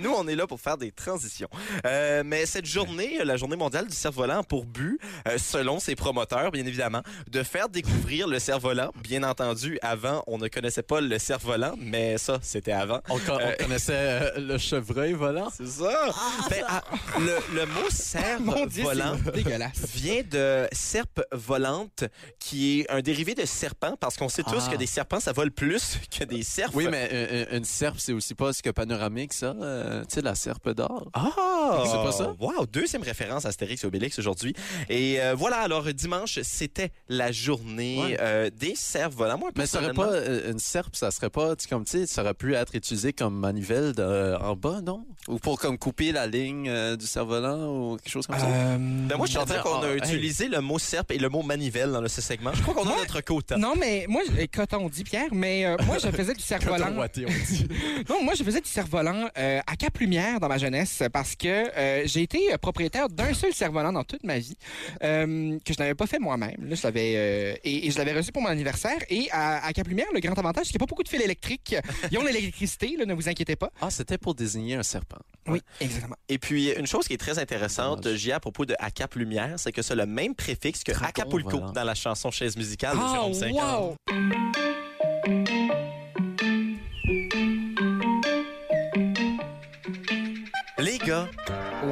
A: Nous, on est là pour faire des transitions. Euh, mais cette journée, euh, la journée mondiale du cerf-volant, a pour but, euh, selon ses promoteurs, bien évidemment, de faire découvrir le cerf-volant. Bien entendu, avant, on ne connaissait pas le cerf-volant, mais ça, c'était avant.
C: On, co- on
A: Euh.
C: connaissait euh, le chevreuil volant.
A: C'est ça. Ben, ah, le, le mot
D: Mon Dieu,
A: cerf-volant
D: c'est dégueulasse.
A: vient de serpe volante, qui est un dérivé de serpent, parce qu'on sait tous
C: Ah.
A: que des serpents, ça vole plus que des cerfs.
C: Oui, mais euh, une serpe, c'est aussi pas ce que panoramique, ça. euh, tu sais, la serpe d'or.
A: Ah!
C: C'est pas ça?
A: Wow! Deuxième référence à Astérix et Obélix aujourd'hui. Et euh, voilà, alors dimanche, c'était la journée
C: Ouais.
A: euh, des cerfs-volants. Moi,
C: Mais ça serait
A: personnellement,
C: pas euh, une serpe, ça serait pas, tu sais, comme tu sais, ça aurait pu être utilisé comme manivelle de- euh, en bas, non? Ou pour comme couper la ligne euh, du cerf-volant ou quelque chose comme
D: Euh,
C: ça?
A: ben, moi, je
C: on
A: suis
C: dirait-
A: qu'on a
C: oh, hey.
A: utilisé le mot serpe et le mot manivelle dans le- ce segment. Je crois qu'on a notre quota.
D: Non, mais moi, je- euh, coton dit Pierre, mais euh, moi, je faisais du
C: Coton
D: cerf-volant.
C: ouaté, on dit.
D: Non, moi, je faisais du cerf-volant euh, à Cap-Lumière dans ma jeunesse parce que euh, j'ai été euh, propriétaire d'un seul cerf-volant dans toute ma vie euh, que je n'avais pas fait moi-même. Là, je l'avais, euh, et, et je l'avais reçu pour mon anniversaire. Et à, à Cap-Lumière, le grand avantage, c'est qu'il n'y a pas beaucoup de fils électriques. Ils ont l'électricité, là, ne vous inquiétez pas.
C: Ah, c'était pour désigner un serpent.
D: Oui, exactement.
A: Et puis, une chose qui est très intéressante,
C: Dommage.
A: j'ai à propos de Acap Lumière, c'est que c'est le même préfixe que
C: Dragon,
A: Acapulco
C: voilà. Ah,
A: dans la chanson Chaise musicale de Jérôme Cinquante.
D: Ah, wow!
A: Les gars,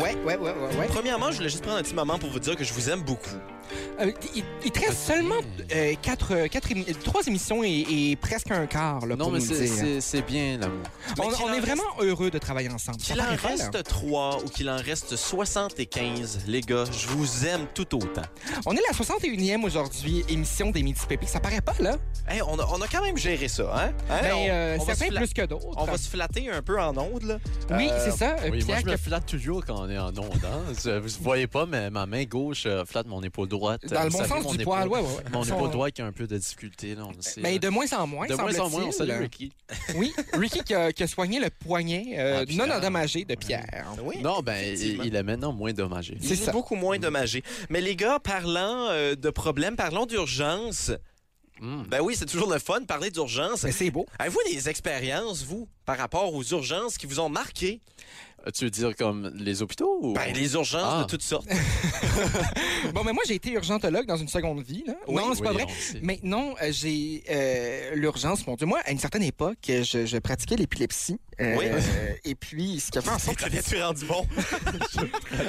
D: Ouais, ouais, ouais, ouais, ouais.
A: premièrement, je voulais juste prendre un petit moment pour vous dire que je vous aime beaucoup.
D: Euh, il, il te reste
A: Ah,
D: seulement euh, quatre, euh, quatre émi- trois émissions et, et presque un quart là,
C: Non,
D: pour
C: mais
D: nous le
C: c'est-
D: dire. hein.
C: c'est c'est bien l'amour.
A: Mais
D: On,
A: qu'il
D: on
A: en
D: est vraiment heureux de travailler ensemble. Ça
A: Qu'il en
D: paraît hein. pas, là.
A: reste 3 ou qu'il en reste 75, les gars, je vous aime tout autant.
D: On est la 61e aujourd'hui, émission des Midi Pépé. Ça paraît pas, là?
A: Hey, on, a, on a quand même géré ça, hein? Hein?
D: Mais
A: on,
D: euh,
A: on va se
D: certains
A: fla-
D: plus que d'autres.
A: on va se flatter un peu en ondes, là.
D: Oui,
A: Euh,
D: c'est ça. euh,
C: Oui, moi,
D: Pierre,
C: je me
D: que-
C: flatte toujours quand on est en onde. hein. Je- Vous ne voyez pas, mais ma main gauche euh, flatte mon épaule droite.
D: dans
C: Vous
D: le bon
C: savez,
D: sens
C: mon
D: du
C: épaule-
D: poil, ouais, ouais. ouais.
C: Mon
D: Son-
C: épaule droite qui a un peu de difficulté, là, on le sait.
D: Mais Ben, de
C: là.
D: moins en moins,
C: De moins en moins, on
D: semble-t-il.
C: salue Ricky.
D: Oui, Ricky qui a, qui a soigné le poignet euh,
C: Ah, Pierre.
D: non endommagé de Pierre.
A: Oui.
C: Non, ben, il,
A: effectivement.
C: il est maintenant moins dommagé.
A: Il
D: c'est
A: est
D: ça.
A: beaucoup moins dommagé. Mais les gars, parlant euh, de problèmes, parlons d'urgence.
C: Mm.
A: Ben oui, c'est toujours le fun, parler d'urgence.
D: Mais c'est beau.
A: Avez-vous des expériences, vous, par rapport aux urgences qui vous ont marqué?
C: Tu veux dire comme les hôpitaux ou...
A: Ben, les urgences
C: Ah.
A: de toutes sortes.
D: Bon, mais moi, j'ai été urgentologue dans une seconde vie. Là.
C: Oui,
D: non, c'est pas
C: oui,
D: vrai.
C: on sait.
D: Maintenant, euh, j'ai euh, l'urgence, mon Dieu. Moi, à une certaine époque, je, je pratiquais l'épilepsie. Euh,
A: Oui.
D: Et puis, ce qui a fait en sorte que-
A: tu rendu bon?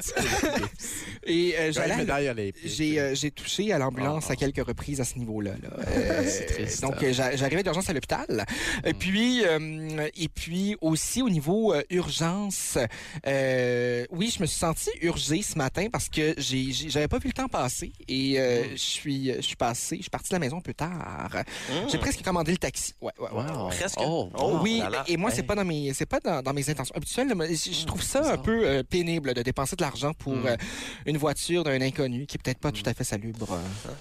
D: Et euh, j'allais
C: J'avais
D: à
C: une médaille olympique.
D: J'ai euh, j'ai touché à l'ambulance
C: Ah.
D: à quelques reprises à ce niveau-là. là. Euh,
C: C'est triste. hein. Mm.
D: donc euh, j'a- j'arrivais d'urgence à l'hôpital. Et puis euh, et puis aussi au niveau euh, urgence, euh, oui, je me suis senti urgée ce matin parce que j'ai j'ai- j'avais pas vu le temps passer et euh,
C: Mm.
D: je suis je suis passé, je suis parti de la maison un peu tard. J'ai presque commandé le taxi. Ouais, ouais, ouais.
C: Mm. Wow.
A: Presque.
C: Oh,
A: Oh,
D: oui,
A: là là.
D: et moi, c'est
C: Hey.
D: pas dans mes, c'est pas dans, dans mes intentions habituelles. là, mais Je je trouve ça un
C: bizarre.
D: peu euh, pénible de dépenser de l'argent pour
C: Mm.
D: euh, une voiture d'un inconnu qui est peut-être pas tout à fait salubre.
C: Hmm.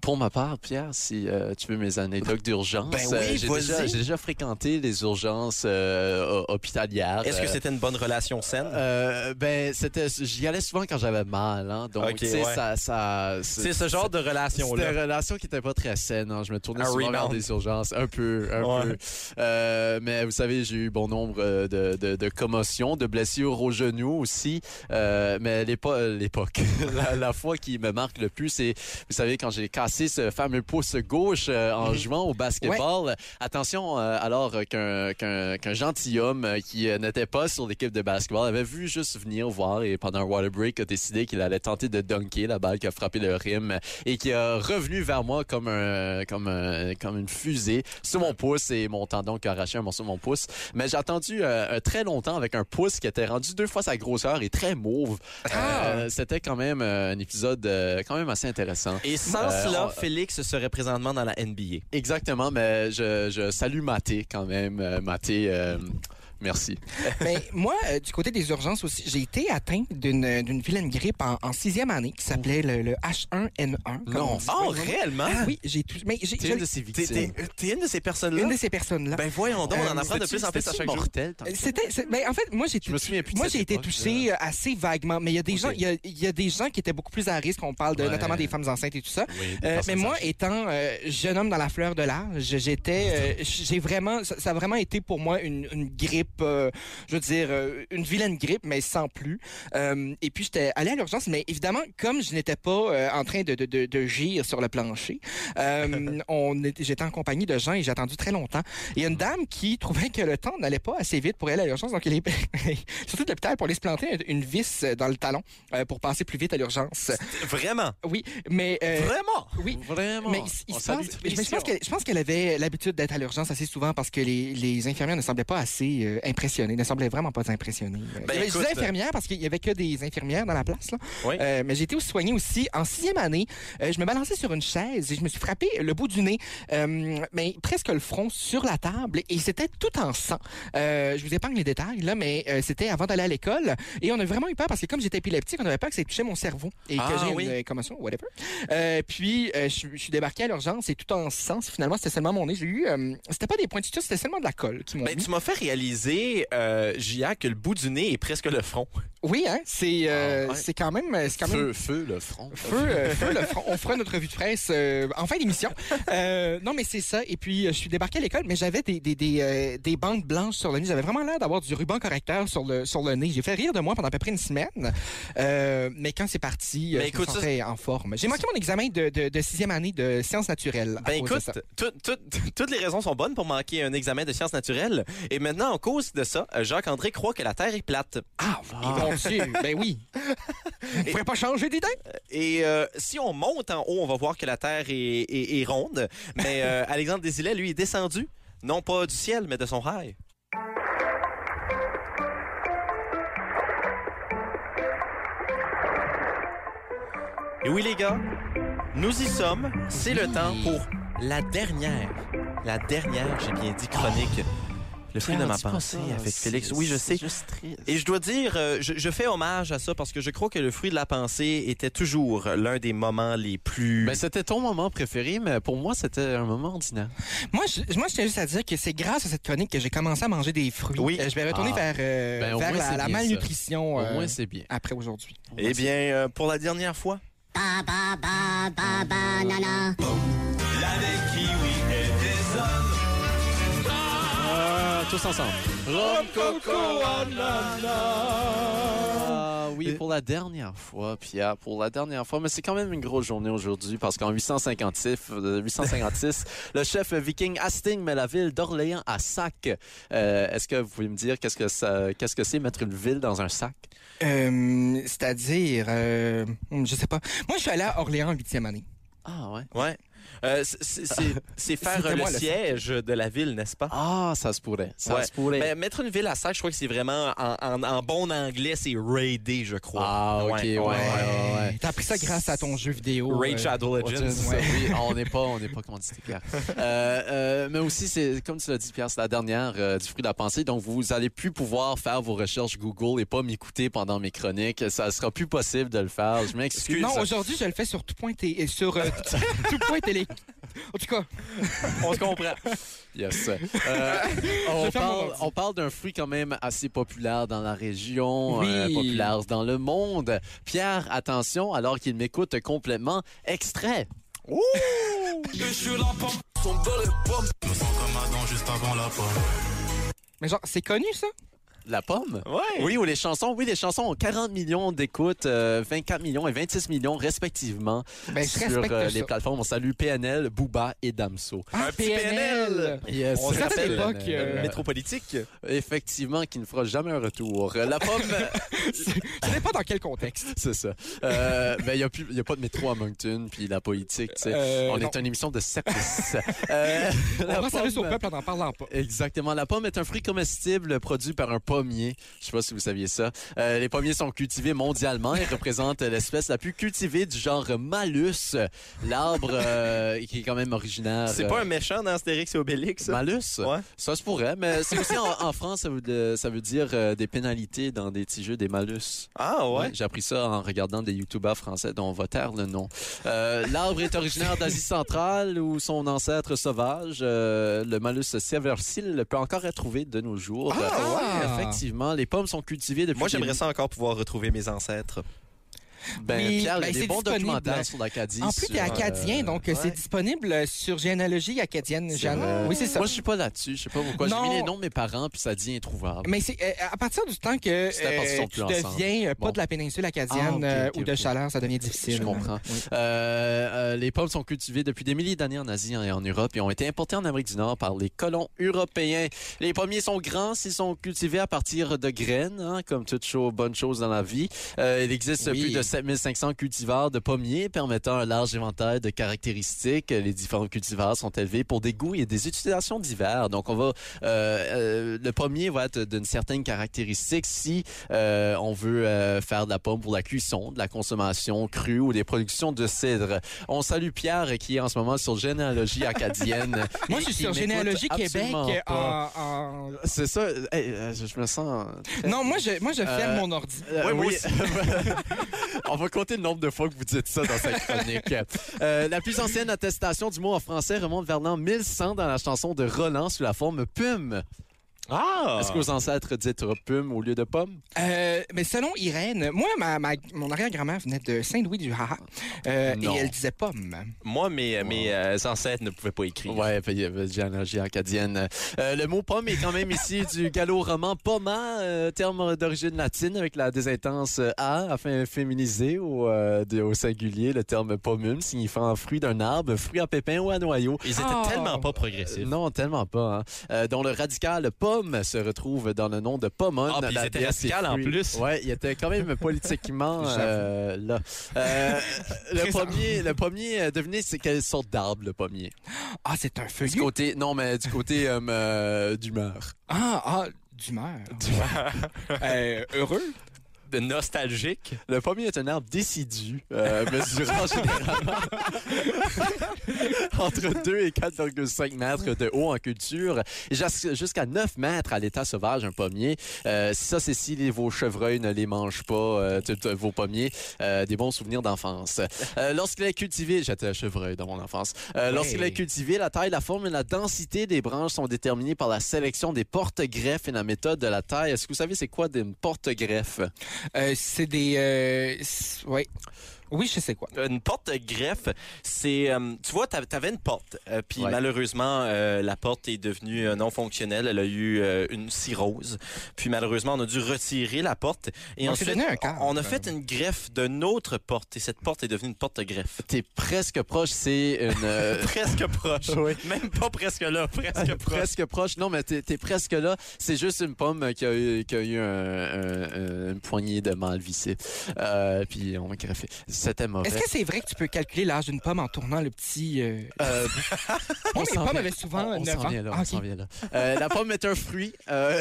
C: Pour ma part, Pierre, si euh, tu veux mes anecdotes d'urgence, euh,
A: Ben oui,
C: j'ai
A: vas-y.
C: déjà, j'ai déjà fréquenté les urgences euh, ho- hospitalières.
A: Est-ce que
C: Euh,
A: c'était une bonne relation saine?
C: euh, ben, c'était, j'y allais souvent quand j'avais mal, hein, donc
A: Ok,
C: tu sais,
A: ouais.
C: ça, ça,
A: c'est ce genre de
C: C'était
A: relation-là.
C: une relation qui n'était pas très saine. hein. Je me tournais
A: Un
C: souvent vers
A: rebound.
C: des urgences, un peu, un
A: Ouais.
C: peu. Euh, mais vous savez, j'ai eu bon nombre euh, de, de- de commotions, de blessures au genou aussi. Euh, mais l'épo- l'époque, la, la fois qui me marque le plus, c'est, vous savez, quand j'ai cassé passer ce fameux pouce gauche euh, en jouant au basketball. Attention, euh, alors euh, qu'un qu'un- qu'un gentilhomme euh, qui euh, n'était pas sur l'équipe de basketball avait vu juste venir voir et pendant un water break a décidé qu'il allait tenter de dunker la balle qui a frappé le rim et qui a revenu vers moi comme un, comme un- comme une fusée sur mon pouce et mon tendon qui a arraché un morceau de mon pouce. Mais j'ai attendu euh, euh, très longtemps avec un pouce qui était rendu deux fois sa grosseur et très mauve.
A: Ah!
C: Euh, C'était quand même euh, un épisode euh, quand même assez intéressant.
A: Et sans
C: Euh,
A: cela,
C: on-
A: Félix serait présentement dans la NBA.
C: Exactement, mais je, je salue Maté quand même. Euh, Maté, euh, merci.
D: Mais moi, euh, du côté des urgences aussi, j'ai été atteint d'une euh, d'une vilaine grippe en, en sixième année qui s'appelait le, le H1N1. comme on dit.
A: Oh,
D: Oui, oui, oui.
A: réellement?
D: Ah oui, j'ai tout. Mais j'ai
C: T'es hein? une
D: je-
C: de ces
A: T'es-
C: victimes.
A: T'es euh, t'es une de ces personnes-là?
D: une de ces personnes-là.
A: Ben voyons donc, on en
D: Euh,
A: apprend de
C: C'était-tu-
A: plus en plus à
C: c'était-tu
A: chaque jour.
C: mortel, tant que-
D: C'était, c'est- ben, en fait, moi j'ai
C: Je me souviens plus de
D: moi
C: cette
D: j'ai été
C: époque,
D: touché euh, assez vaguement, mais il y a des
C: Ok.
D: gens, il y a, il y a des gens qui étaient beaucoup plus à risque. On parle de,
C: Ouais.
D: notamment des femmes enceintes et tout ça.
C: Oui, des
D: Euh, mais
C: personnes
D: moi,
C: âgées.
D: étant euh, jeune homme dans la fleur de l'âge, j'étais, euh, j'ai vraiment, ça, ça a vraiment été pour moi une, une grippe, euh, je veux dire, euh, une vilaine grippe, mais sans plus. Euh, et puis j'étais allé à l'urgence, mais évidemment, comme je n'étais pas euh, en train de, de, de, de gire sur le plancher, euh, on était- j'étais en compagnie de gens et j'ai attendu très longtemps. Et il y a une dame qui trouvait que le temps n'allait pas assez vite pour aller à l'urgence, donc elle est surtout de l'hôpital pour aller se planter une vis dans le talon euh, pour passer plus vite à l'urgence.
A: Vraiment?
D: Oui, mais euh,
A: Vraiment?
D: oui,
C: Vraiment.
D: mais il- il
C: on
D: se
C: salue
D: pense-
C: cette
D: mais je
C: mission.
D: pense qu'elle- je pense qu'elle avait l'habitude d'être à l'urgence assez souvent parce que les, les infirmières ne semblaient pas assez euh, impressionnées, ne semblaient vraiment pas impressionnées. Euh,
A: Ben,
D: il y avait
A: écoute,
D: des infirmières parce qu'il y avait que des infirmières dans la place. Là.
A: Oui.
D: Euh, mais j'ai été aussi soignée aussi en sixième année. euh, je me balançais sur une chaise et je me suis frappé le bout du nez, euh, mais presque le front sur la table et c'était tout en sang. Euh, je vous épargne les détails là, mais euh, c'était avant d'aller à l'école et on a vraiment eu peur parce que comme j'étais épileptique, on avait peur que ça touchait mon cerveau et
A: Ah,
D: que j'ai
A: oui.
D: une euh, commotion, whatever. Euh, puis, euh, je, je suis débarqué à l'urgence et tout en sens. Finalement, c'était seulement mon nez. J'ai eu. euh, c'était pas des points de suture, c'était seulement de la colle qui m'ont
A: Ben,
D: mis.
A: tu m'as fait réaliser, euh, Gia, que le bout du nez est presque le front.
D: Oui, hein? C'est, euh,
A: Ah, ouais.
D: c'est quand même. C'est quand même...
C: Feu, feu, le front.
D: Feu, euh, feu, le front. on fera notre revue de presse euh, en fin d'émission. Euh, non, mais c'est ça. Et puis, euh, je suis débarqué à l'école, mais j'avais des, des, des, euh, des bandes blanches sur le nez. J'avais vraiment l'air d'avoir du ruban correcteur sur le, sur le nez. J'ai fait rire de moi pendant à peu près une semaine. Euh, mais quand c'est parti, euh,
A: Mais
D: je
A: Ben, écoute,
D: me
A: ça,
D: sentais en forme. J'ai manqué mon examen de, de, de sixième année de sciences naturelles. à
A: Ben
D: cause de
A: écoute,
D: ça.
A: tout- tout- toutes les raisons sont bonnes pour manquer un examen de sciences naturelles. Et maintenant, en cause de ça, euh, Jacques-André croit que la Terre est plate.
D: Ah, mon Dieu, ben oui. Vous pouvez pas changer d'idée?
A: Et euh, si on monte en haut, on va voir que la Terre est, est- est ronde. Mais euh, Alexandre Desilets, lui, est descendu, non pas du ciel, mais de son rail. Et oui, les gars, nous y sommes. C'est le temps pour la dernière, la dernière, j'ai bien dit, chronique. le fruit de ma pensée avec Félix. Oui, je sais. Et je dois dire, euh, je, je fais hommage à ça parce que je crois que le fruit de la pensée était toujours l'un des moments les plus...
C: Ben, c'était ton moment préféré, mais pour moi, c'était un moment ordinaire.
D: Moi, je, moi, je tiens juste à dire que c'est grâce à cette chronique que j'ai commencé à manger des fruits.
A: Oui.
D: Euh, je vais retourner
C: Ah.
D: vers, euh,
C: Ben, au
D: vers
C: moins, c'est
D: la, la
C: bien ça.
D: malnutrition
C: Au
D: euh,
C: moins, c'est bien.
D: après aujourd'hui.
A: eh bien, euh, pour la dernière fois,
E: Ba ba ba ba banana.
C: Euh, tous ensemble. Ah oui, pour la dernière fois, Pierre, pour la dernière fois. Mais c'est quand même une grosse journée aujourd'hui parce qu'en 856, euh, 856 le chef viking Hastings met la ville d'Orléans à sac. Euh, Est-ce que vous pouvez me dire qu'est-ce que ça, qu'est-ce que c'est mettre une ville dans un sac?
D: Euh, C'est-à-dire, euh, hum, je sais pas. Moi, je suis allé à Orléans en huitième année.
C: Ah ouais.
A: ouais, euh, c'est- c'est- c'est c'est faire
D: C'était
A: le
D: moi, le-
A: siège de la ville, n'est-ce pas?
C: Ah, ça se pourrait. Ça
A: Ouais.
C: se pourrait.
A: Mais mettre une ville à sac, je crois que c'est vraiment, en, en- en bon anglais, c'est raider, je crois.
C: Ah, ok, ouais, Oh, ouais, ouais, ouais.
D: Euh, T'as appris ça grâce à ton jeu vidéo.
A: Raid
D: euh,
A: Shadow Legends.
C: Origins,
D: ouais.
C: Oui, on n'est pas, on n'est pas commandité, Pierre. Euh, euh, mais aussi, c'est comme tu l'as dit, Pierre, c'est la dernière euh, du fruit de la pensée, donc vous allez plus pouvoir faire vos recherches Google et pas m'écouter pendant mes chroniques. Ça sera plus possible de le faire. Je m'excuse.
D: Non, aujourd'hui, je le fais sur tout point et sur euh, tout point télé. En tout cas,
A: On se comprend.
C: Yes. Euh, on,
D: Je ferme mon
C: parle,
D: ordi.
C: on parle d'un fruit quand même assez populaire dans la région,
D: Oui.
C: euh, populaire dans le monde. Pierre, attention, alors qu'il m'écoute complètement, extrait.
D: mais genre, c'est connu ça
C: La pomme?
A: Ouais.
C: Oui, ou les chansons. Oui, les chansons ont 40 millions d'écoutes, euh, 24 millions et 26 millions respectivement
D: Ben, je
C: sur
D: respecte
C: euh,
D: ça.
C: les plateformes. On salue PNL, Booba et Damso.
D: Ah,
A: Un petit PNL.
C: Yes.
A: On se rappelle,
D: l'époque, euh,
A: Métropolitique.
C: Effectivement, qui ne fera jamais un retour. La pomme,
D: Ça dépend dans quel contexte.
C: c'est ça. Euh, ben, il n'y a, plus- il y a pas de métro à Moncton, puis la politique, tu sais.
D: Euh,
C: on
D: non.
C: est une émission de service. Euh, la
D: On va saluer
C: pomme-
D: son peuple en n'en parlant pas.
C: Exactement. La pomme est un fruit comestible produit par un pommier. Je sais pas si vous saviez ça. Euh, les pommiers sont cultivés mondialement et représentent l'espèce la plus cultivée du genre Malus, l'arbre euh, qui est quand même originaire.
A: C'est pas un méchant dans Astérix et Obélix.
C: euh,
A: ça?
C: Malus?
A: Ouais.
C: Ça se pourrait, mais c'est aussi en, en France, ça veut, de- ça veut dire euh, des pénalités dans des petits jeux, des malus.
A: Ah ouais.
C: J'ai appris ça en regardant des youtubeurs français dont on va taire le nom. Euh, L'arbre est originaire d'Asie centrale où son ancêtre sauvage, euh, le malus séversil, peut encore être trouvé de nos jours. Euh,
D: Ah, ouais.
C: Effectivement, les pommes sont cultivées depuis...
A: Moi, j'aimerais
C: des-
A: ça encore pouvoir retrouver mes ancêtres.
C: Ben,
D: Oui,
C: Pierre, il y a
D: ben,
C: des
D: c'est
C: bons
D: disponible.
C: documentaires sur l'Acadie.
D: En plus,
C: sur,
D: t'es acadien,
C: euh,
D: donc euh, c'est
A: ouais.
D: disponible sur Généalogie acadienne,
C: sur, euh,
D: Jeanne. Oui, c'est ça.
C: Moi, je suis pas là-dessus. Je sais pas pourquoi. J'ai
D: Non.
C: mis les noms de mes parents, puis ça dit introuvable.
D: Mais c'est euh, à partir du temps que
C: C'est à partir qu'ils
D: euh,
C: sont
D: tu
C: plus ensemble.
D: deviens euh, pas
C: Bon.
D: de la péninsule
C: Ah,
D: acadienne
C: ok,
D: euh,
C: ok,
D: ou de
C: ok.
D: chaleur, ça devient difficile.
C: Je comprends.
D: Oui.
C: Euh, euh, les pommes sont cultivées depuis des milliers d'années en Asie et en Europe et ont été importées en Amérique du Nord par les colons européens. Les pommiers sont grands s'ils sont cultivés à partir de graines, hein, comme toute cho- bonne chose dans la vie. Euh, il existe
D: Oui.
C: plus de 7500 cultivars de pommiers permettant un large éventail de caractéristiques. Les différents cultivars sont élevés pour des goûts et des utilisations divers. Donc, on va euh, euh, le pommier va être d'une certaine caractéristique si euh, on veut euh, faire de la pomme pour la cuisson, de la consommation crue ou des productions de cidre. On salue Pierre qui est en ce moment sur Généalogie acadienne.
D: Moi, je
C: et
D: suis
C: qui
D: sur
C: m'écoute
D: Généalogie Québec. euh,
C: absolument pas.
D: en- en-
C: C'est ça. Hey, euh, je me sens. très-
D: Non, moi, je, moi, je ferme
C: Euh,
D: mon ordi.
C: euh,
A: Ouais, moi
C: oui. On va compter le nombre de fois que vous dites ça dans cette chronique. Euh, la plus ancienne attestation du mot en français remonte vers l'an 1100 dans la chanson de Roland sous la forme pume.
A: Ah.
C: Est-ce que vos ancêtres dites pume au lieu de pomme?
D: Euh, mais selon Irène, moi, ma, ma- mon arrière-grand-mère venait de Saint-Louis-du-Haha euh, et
C: Non.
D: elle disait pomme.
A: Moi, mes, mes euh, ancêtres ne pouvaient pas écrire.
C: Ouais, puis il y avait de généalogie acadienne. Euh, le mot pomme est quand même ici du gallo-roman poma, euh, terme d'origine latine avec la désintence euh, a afin de féminiser au, euh, de- au singulier le terme pomum signifiant fruit d'un arbre, fruit à pépins ou à noyau.
A: Ils étaient
D: Ah.
A: tellement pas
C: Euh,
A: progressifs.
C: Non, tellement pas. Hein. Euh, dont le radical pomme se retrouve dans le nom de pomone.
A: Ah, puis ils
C: la
A: étaient
C: déesse des
A: radicales en
C: fruits.
A: plus.
C: Ouais, il était quand même politiquement euh, là. Euh, le
D: Très
C: pommier, le pommier, euh, devinez c'est quelle sorte d'arbre le pommier.
D: Ah, c'est un
C: Du
D: feuillu.
C: côté, non mais du côté euh, euh, d'humeur.
D: Ah, ah, d'humeur. Euh, heureux.
A: De nostalgique.
C: Le pommier est un arbre décidu, euh, mesurant généralement entre 2 et 4,5 mètres de haut en culture, jas- jusqu'à 9 mètres à l'état sauvage, un pommier. Euh, ça, c'est si les- vos chevreuils ne les mangent pas, euh, tout- tout- vos pommiers, Euh, des bons souvenirs d'enfance. Euh, lorsqu'il est cultivé, j'étais un chevreuil dans mon enfance, Euh, lorsqu'il est cultivé, la taille, la forme et la densité des branches sont déterminées par la sélection des porte-greffes et la méthode de la taille. Est-ce que vous savez c'est quoi une porte-greffe?
D: Euh, c'est des. Euh, c'est- ouais. Oui, je sais quoi.
A: Une porte greffe, c'est... euh, tu vois, t'av- t'avais une porte. euh, Puis
C: Ouais.
A: malheureusement, euh, la porte est devenue euh, non fonctionnelle. Elle a eu euh, une cirrhose. Puis malheureusement, on a dû retirer la porte. Et
D: Donc, c'est
A: ensuite,
D: devenu un cadre.
A: on a fait une greffe d'une autre porte. Et cette porte est devenue une porte greffe.
C: T'es presque proche, c'est une... euh,
A: Presque proche. Même pas presque là, presque proche.
C: presque proche. Non, mais t'es t'es presque là. C'est juste une pomme qui a eu, qui a eu un, un- une poignée de mal vissé. Euh, puis on m'a greffé. C'était mauvais.
D: Est-ce que c'est vrai que tu peux calculer l'âge d'une pomme en tournant le petit. euh,
C: Euh,
D: Moi,
C: s'en
D: mes pommes
C: vient.
D: avaient souvent
C: on, on
D: 9
C: s'en
D: ans.
C: vient là,
D: Ah,
C: on
D: ok.
C: s'en vient là. Euh, la pomme est un fruit. Euh,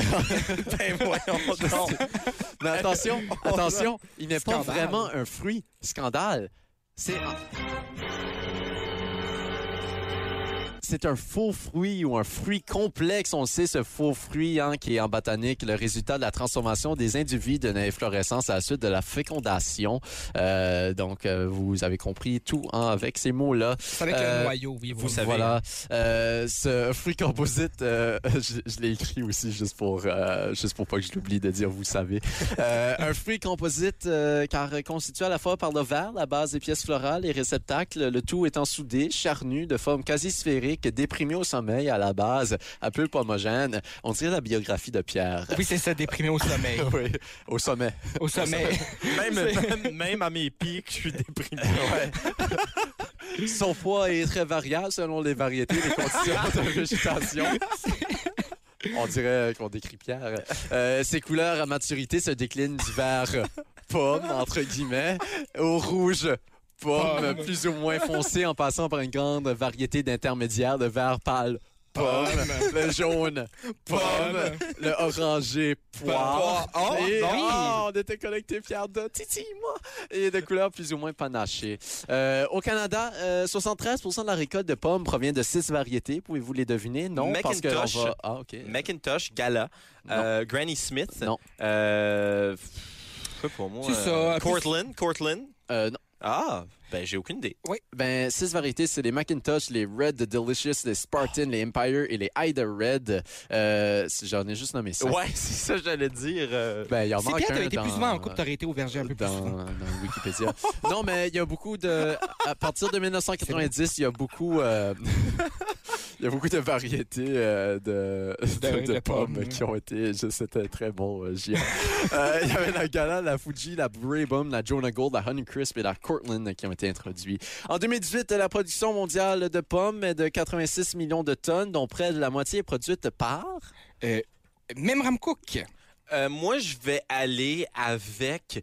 A: Ben voyons donc.
C: mais attention, attention, il n'est pas
D: Scandale.
C: vraiment un fruit. Scandale. C'est un... C'est un faux fruit ou un fruit complexe. On le sait, ce faux fruit hein, qui est en botanique le résultat de la transformation des individus d'une inflorescence à la suite de la fécondation. Euh, donc, euh, vous avez compris tout hein, avec ces mots-là.
D: C'est avec
C: Euh,
D: le noyau, oui.
A: vous
D: oui.
A: savez.
C: Voilà. Euh, ce fruit composite, euh, je, je l'ai écrit aussi juste pour, euh, juste pour pas que je l'oublie de dire, vous le savez. Euh, un fruit composite euh, car constitué à la fois par le verre, la base des pièces florales et réceptacles, le tout étant soudé, charnu, de forme quasi sphérique énergique, déprimée au sommeil à la base, un peu pomogène. On dirait la biographie de Pierre.
D: Oui, c'est ça, déprimé au sommeil.
C: Oui, au sommet.
D: Au sommeil.
A: Même, même, même à mes pics, je suis déprimé.
C: Son poids est très variable selon les variétés, les conditions de végétation. On dirait qu'on décrit Pierre. Euh, ses couleurs à maturité se déclinent du vert pomme, entre guillemets, au rouge pomme, plus ou moins foncé, en passant par une grande variété d'intermédiaires de vert pâle pomme, le jaune pomme, le orangé
A: Poire.
C: poire.
A: Oh,
C: et,
A: non.
C: Ah, on était connectés, Pierre, de Titi, moi, et de couleurs plus ou moins panachées. Euh, au Canada, euh, 73 de la récolte de pommes provient de six variétés. Pouvez-vous les deviner? Non, parce que on
A: Macintosh.
C: va... Ah, OK.
A: Macintosh, Gala, euh, Granny Smith.
C: Non.
A: Euh, pff, quoi pour moi?
D: C'est
A: euh,
D: ça,
A: Cortland, Cortland.
C: Euh, non.
A: Ah, ben j'ai aucune idée.
C: Ben, six variétés, c'est les Macintosh, les Red, the Delicious, les Spartan, les Empire et les Ida Red. Euh, si- J'en ai juste nommé ça.
A: Ouais, c'est ça que j'allais dire. euh,
C: Ben, il y en
D: Si
C: manque
D: Pierre
C: un
D: avait été
C: dans-
D: plus souvent en couple, t'aurais été au verger un peu plus souvent.
C: dans, euh, dans Wikipédia. non, mais il y a beaucoup de. À partir de 1990, il y a beaucoup. euh, Il y a beaucoup de variétés euh, de, de,
D: De-
C: de
D: de
C: pommes
D: pommes,
C: qui ont été. je- C'était très bon, euh, Gia. Euh, Il y avait la Gala, la Fuji, la Braebum, la Jonah Gold, la Honeycrisp et la Cortland qui ont été introduits. En 2018, la production mondiale de pommes est de 86 millions de tonnes, dont près de la moitié est produite par.
D: Euh, même Ram Cook.
A: euh, moi, je vais aller avec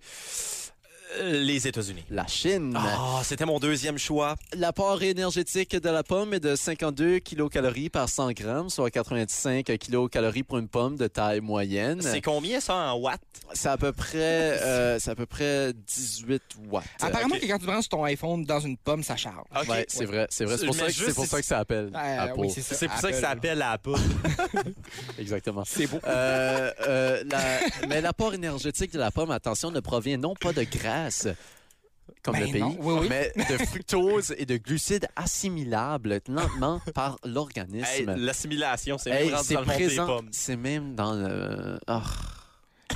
A: euh, les États-Unis.
C: La Chine.
A: Ah, c'était mon deuxième choix.
C: L'apport énergétique de la pomme est de 52 kilocalories par 100 grammes, soit 85 kilocalories pour une pomme de taille moyenne.
A: C'est combien ça en watts?
C: C'est à peu près, euh, c'est à peu près 18 watts.
D: Apparemment
A: ok.
D: que quand tu branches ton iPhone dans une pomme, ça charge.
A: Ok.
C: Ouais, c'est vrai, c'est vrai. C'est pour,
A: Mais
C: ça que,
A: juste
C: c'est pour
A: si-
C: ça que ça appelle
D: Ah,
C: Apple.
D: oui, c'est ça.
A: C'est pour ça que ça
D: Apple,
A: appelle à Apple.
C: Exactement. C'est beau. Euh, euh, la- mais l'apport énergétique de la pomme, attention, ne provient non pas de graisse, comme
D: Ben
C: le pays,
D: non, oui, oui.
C: mais de fructose et de glucides assimilables lentement par l'organisme.
A: Hey, L'assimilation, c'est
C: Hey,
A: même rendu
C: c'est
A: dans le monde des
C: présent.
A: pommes.
C: C'est même dans le. Ah,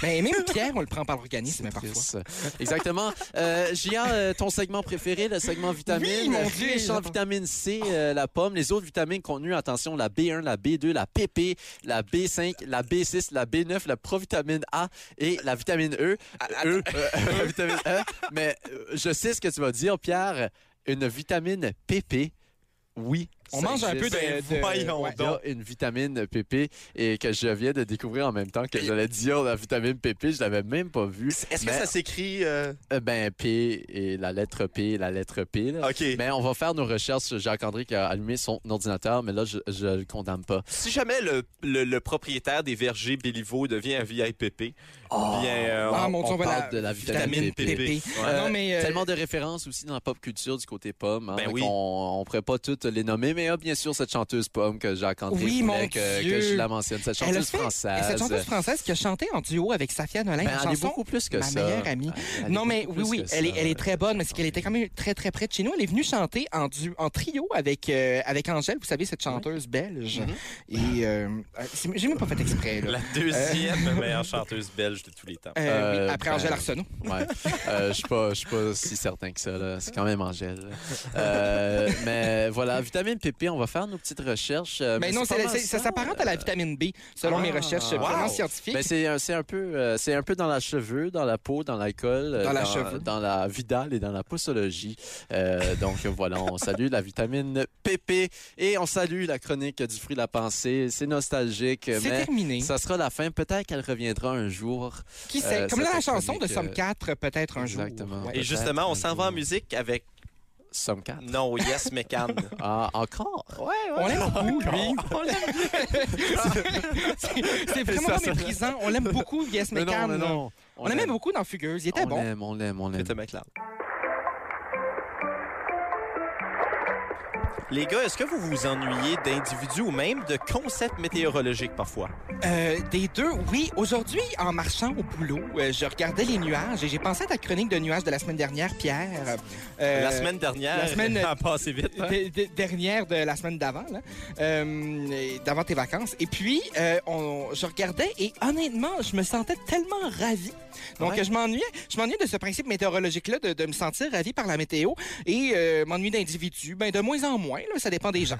D: Mais Ben, même Pierre, on le prend par l'organisme
C: c'est
D: parfois.
C: triste. Exactement. Euh, Gia, euh, ton segment préféré, le segment vitamine. Euh,
D: Oui, mon Dieu,
C: Riche en
D: la-
C: vitamine C, euh, la pomme. Les autres vitamines contenues, attention, la B1, la B2, la PP, la B5, la B6, la B9, la provitamine A et la vitamine E.
A: Ah,
C: E, euh, la vitamine E. Mais euh, je sais ce que tu vas dire, Pierre. Une vitamine PP, oui.
D: On
C: ça
D: mange un peu
C: existe.
D: de.
A: Ben,
D: de-
A: voyons
D: ouais.
C: Il y a une vitamine PP et que je viens de découvrir en même temps que j'allais dire la vitamine PP, je l'avais même pas vue.
A: Est-ce que
C: Mais,
A: ça s'écrit... euh,
C: euh, ben P et la lettre P et la lettre P.
D: Ah,
C: là.
A: OK.
C: Mais on va faire nos recherches. Jacques-André qui a allumé son ordinateur, mais là, je, je le condamne pas.
A: Si jamais le, le- le propriétaire des vergers Béliveau devient un VIPP, bien, euh,
D: Ah,
C: on-
D: mon Dieu,
C: on
D: on va
C: parle
D: la-
C: de la vitamine,
A: vitamine
C: PP.
A: PP.
D: Ah, non, mais, euh,
C: Tellement de références aussi dans la pop culture du côté pomme. hein,
A: Ben oui.
C: qu'on- On ne pourrait pas toutes les nommer, mais il y a bien sûr cette chanteuse pomme que Jacques-André
D: Oui,
C: voulait
D: mon
C: que,
D: Dieu.
C: que je la mentionne. Cette
D: Elle a
C: chanteuse
D: fait-
C: française.
D: Cette chanteuse française qui a chanté en duo avec Safia Nolin,
C: Ben,
D: la
C: elle est
D: chanson
C: beaucoup plus que
D: Ma
C: ça.
D: meilleure amie.
C: Elle est
D: Non, mais
C: beaucoup
D: oui,
C: plus
D: oui,
C: que
D: elle est,
C: ça.
D: elle est très bonne, mais c'est qu'elle était quand même très, très près de chez nous. Elle est venue chanter en, du, en trio avec, euh, avec Angèle, vous savez, cette chanteuse belge.
C: Mm-hmm.
D: Et euh, euh, c'est- j'ai même pas fait exprès, là.
A: la deuxième meilleure chanteuse belge de tous les temps.
D: Euh,
C: Euh,
D: oui, après
C: ben,
D: Angèle Arsenault.
C: Ouais. Euh, je suis pas, je suis pas si certain que ça. là. C'est quand même Angèle. Euh, mais voilà, vitamine PP, on va faire nos petites recherches. euh,
D: Mais Ben non,
C: c'est
D: c'est-
C: pas mal
D: c'est- ça s'apparente à la vitamine B, selon
C: Ah,
D: mes recherches
C: wow.
D: purement scientifiques.
C: Mais Ben, c'est un, c'est un peu, euh, c'est un peu dans la cheveux, dans la peau, dans l'alcool, euh,
D: Dans la cheveux.
C: dans la vidale et dans la poussologie. Euh, donc voilà, on salue la vitamine PP et on salue la chronique du fruit de la pensée. C'est nostalgique,
D: C'est
C: euh, mais
D: terminé.
C: ça sera la fin. Peut-être qu'elle reviendra un jour.
D: Qui sait?
C: euh,
D: Comme là, la
C: cette
D: chanson de
C: chronique,
D: Somme
C: euh,
D: 4, peut-être un jour.
C: exactement.
D: Ouais.
A: Et
C: peut-être
A: justement, on
C: un
A: s'en
C: jour.
A: va en musique avec
C: Somme 4.
A: No Yes Mécan.
C: Ah, encore?
D: On l'aime beaucoup, lui. C'est- C'est vraiment
C: Ça,
D: pas
C: ça-
D: méprisant. On l'aime beaucoup, Yes Mécan. On, l'aimait
C: aime.
D: beaucoup dans Fugueuse. Il était
C: On
D: bon.
C: l'aime, on l'aime, on l'aime.
A: Peter McLeod. Les gars, est-ce que vous vous ennuyez d'individus ou même de concepts météorologiques parfois?
D: Euh, des deux, oui. Aujourd'hui, en marchant au boulot, euh, je regardais les nuages et j'ai pensé à ta chronique de nuages de la semaine dernière, Pierre. Euh,
A: la semaine dernière,
D: la semaine-
A: elle a passé vite. hein?
D: de- de- dernière de la semaine d'avant, là. Euh, et d'avant tes vacances. Et puis, euh, on- je regardais et honnêtement, je me sentais tellement ravi. Donc,
C: Ouais.
D: je m'ennuyais. Je m'ennuyais de ce principe météorologique-là, de, de me sentir ravi par la météo et euh, m'ennuyer d'individus, ben, de moins en moins. moins, là, ça dépend des gens.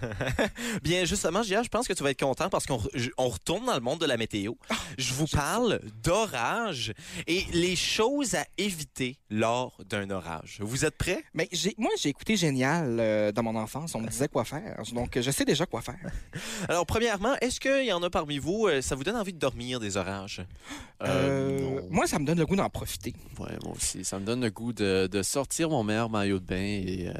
A: Bien, justement, JR, je pense que tu vas être content parce qu'on re- je- on retourne dans le monde de la météo. Je vous parle d'orage et les choses à éviter lors d'un orage. Vous êtes prêts?
D: Mais j'ai- moi, j'ai écouté Génial euh, dans mon enfance. On me disait quoi faire. Donc, euh, je sais déjà quoi faire.
A: Alors, premièrement, est-ce qu'il y en a parmi vous, euh, ça vous donne envie de dormir des orages?
D: Euh, moi, ça me donne le goût d'en profiter.
C: Ouais, moi aussi. Ça me donne le goût de, de sortir mon meilleur maillot de bain et. euh,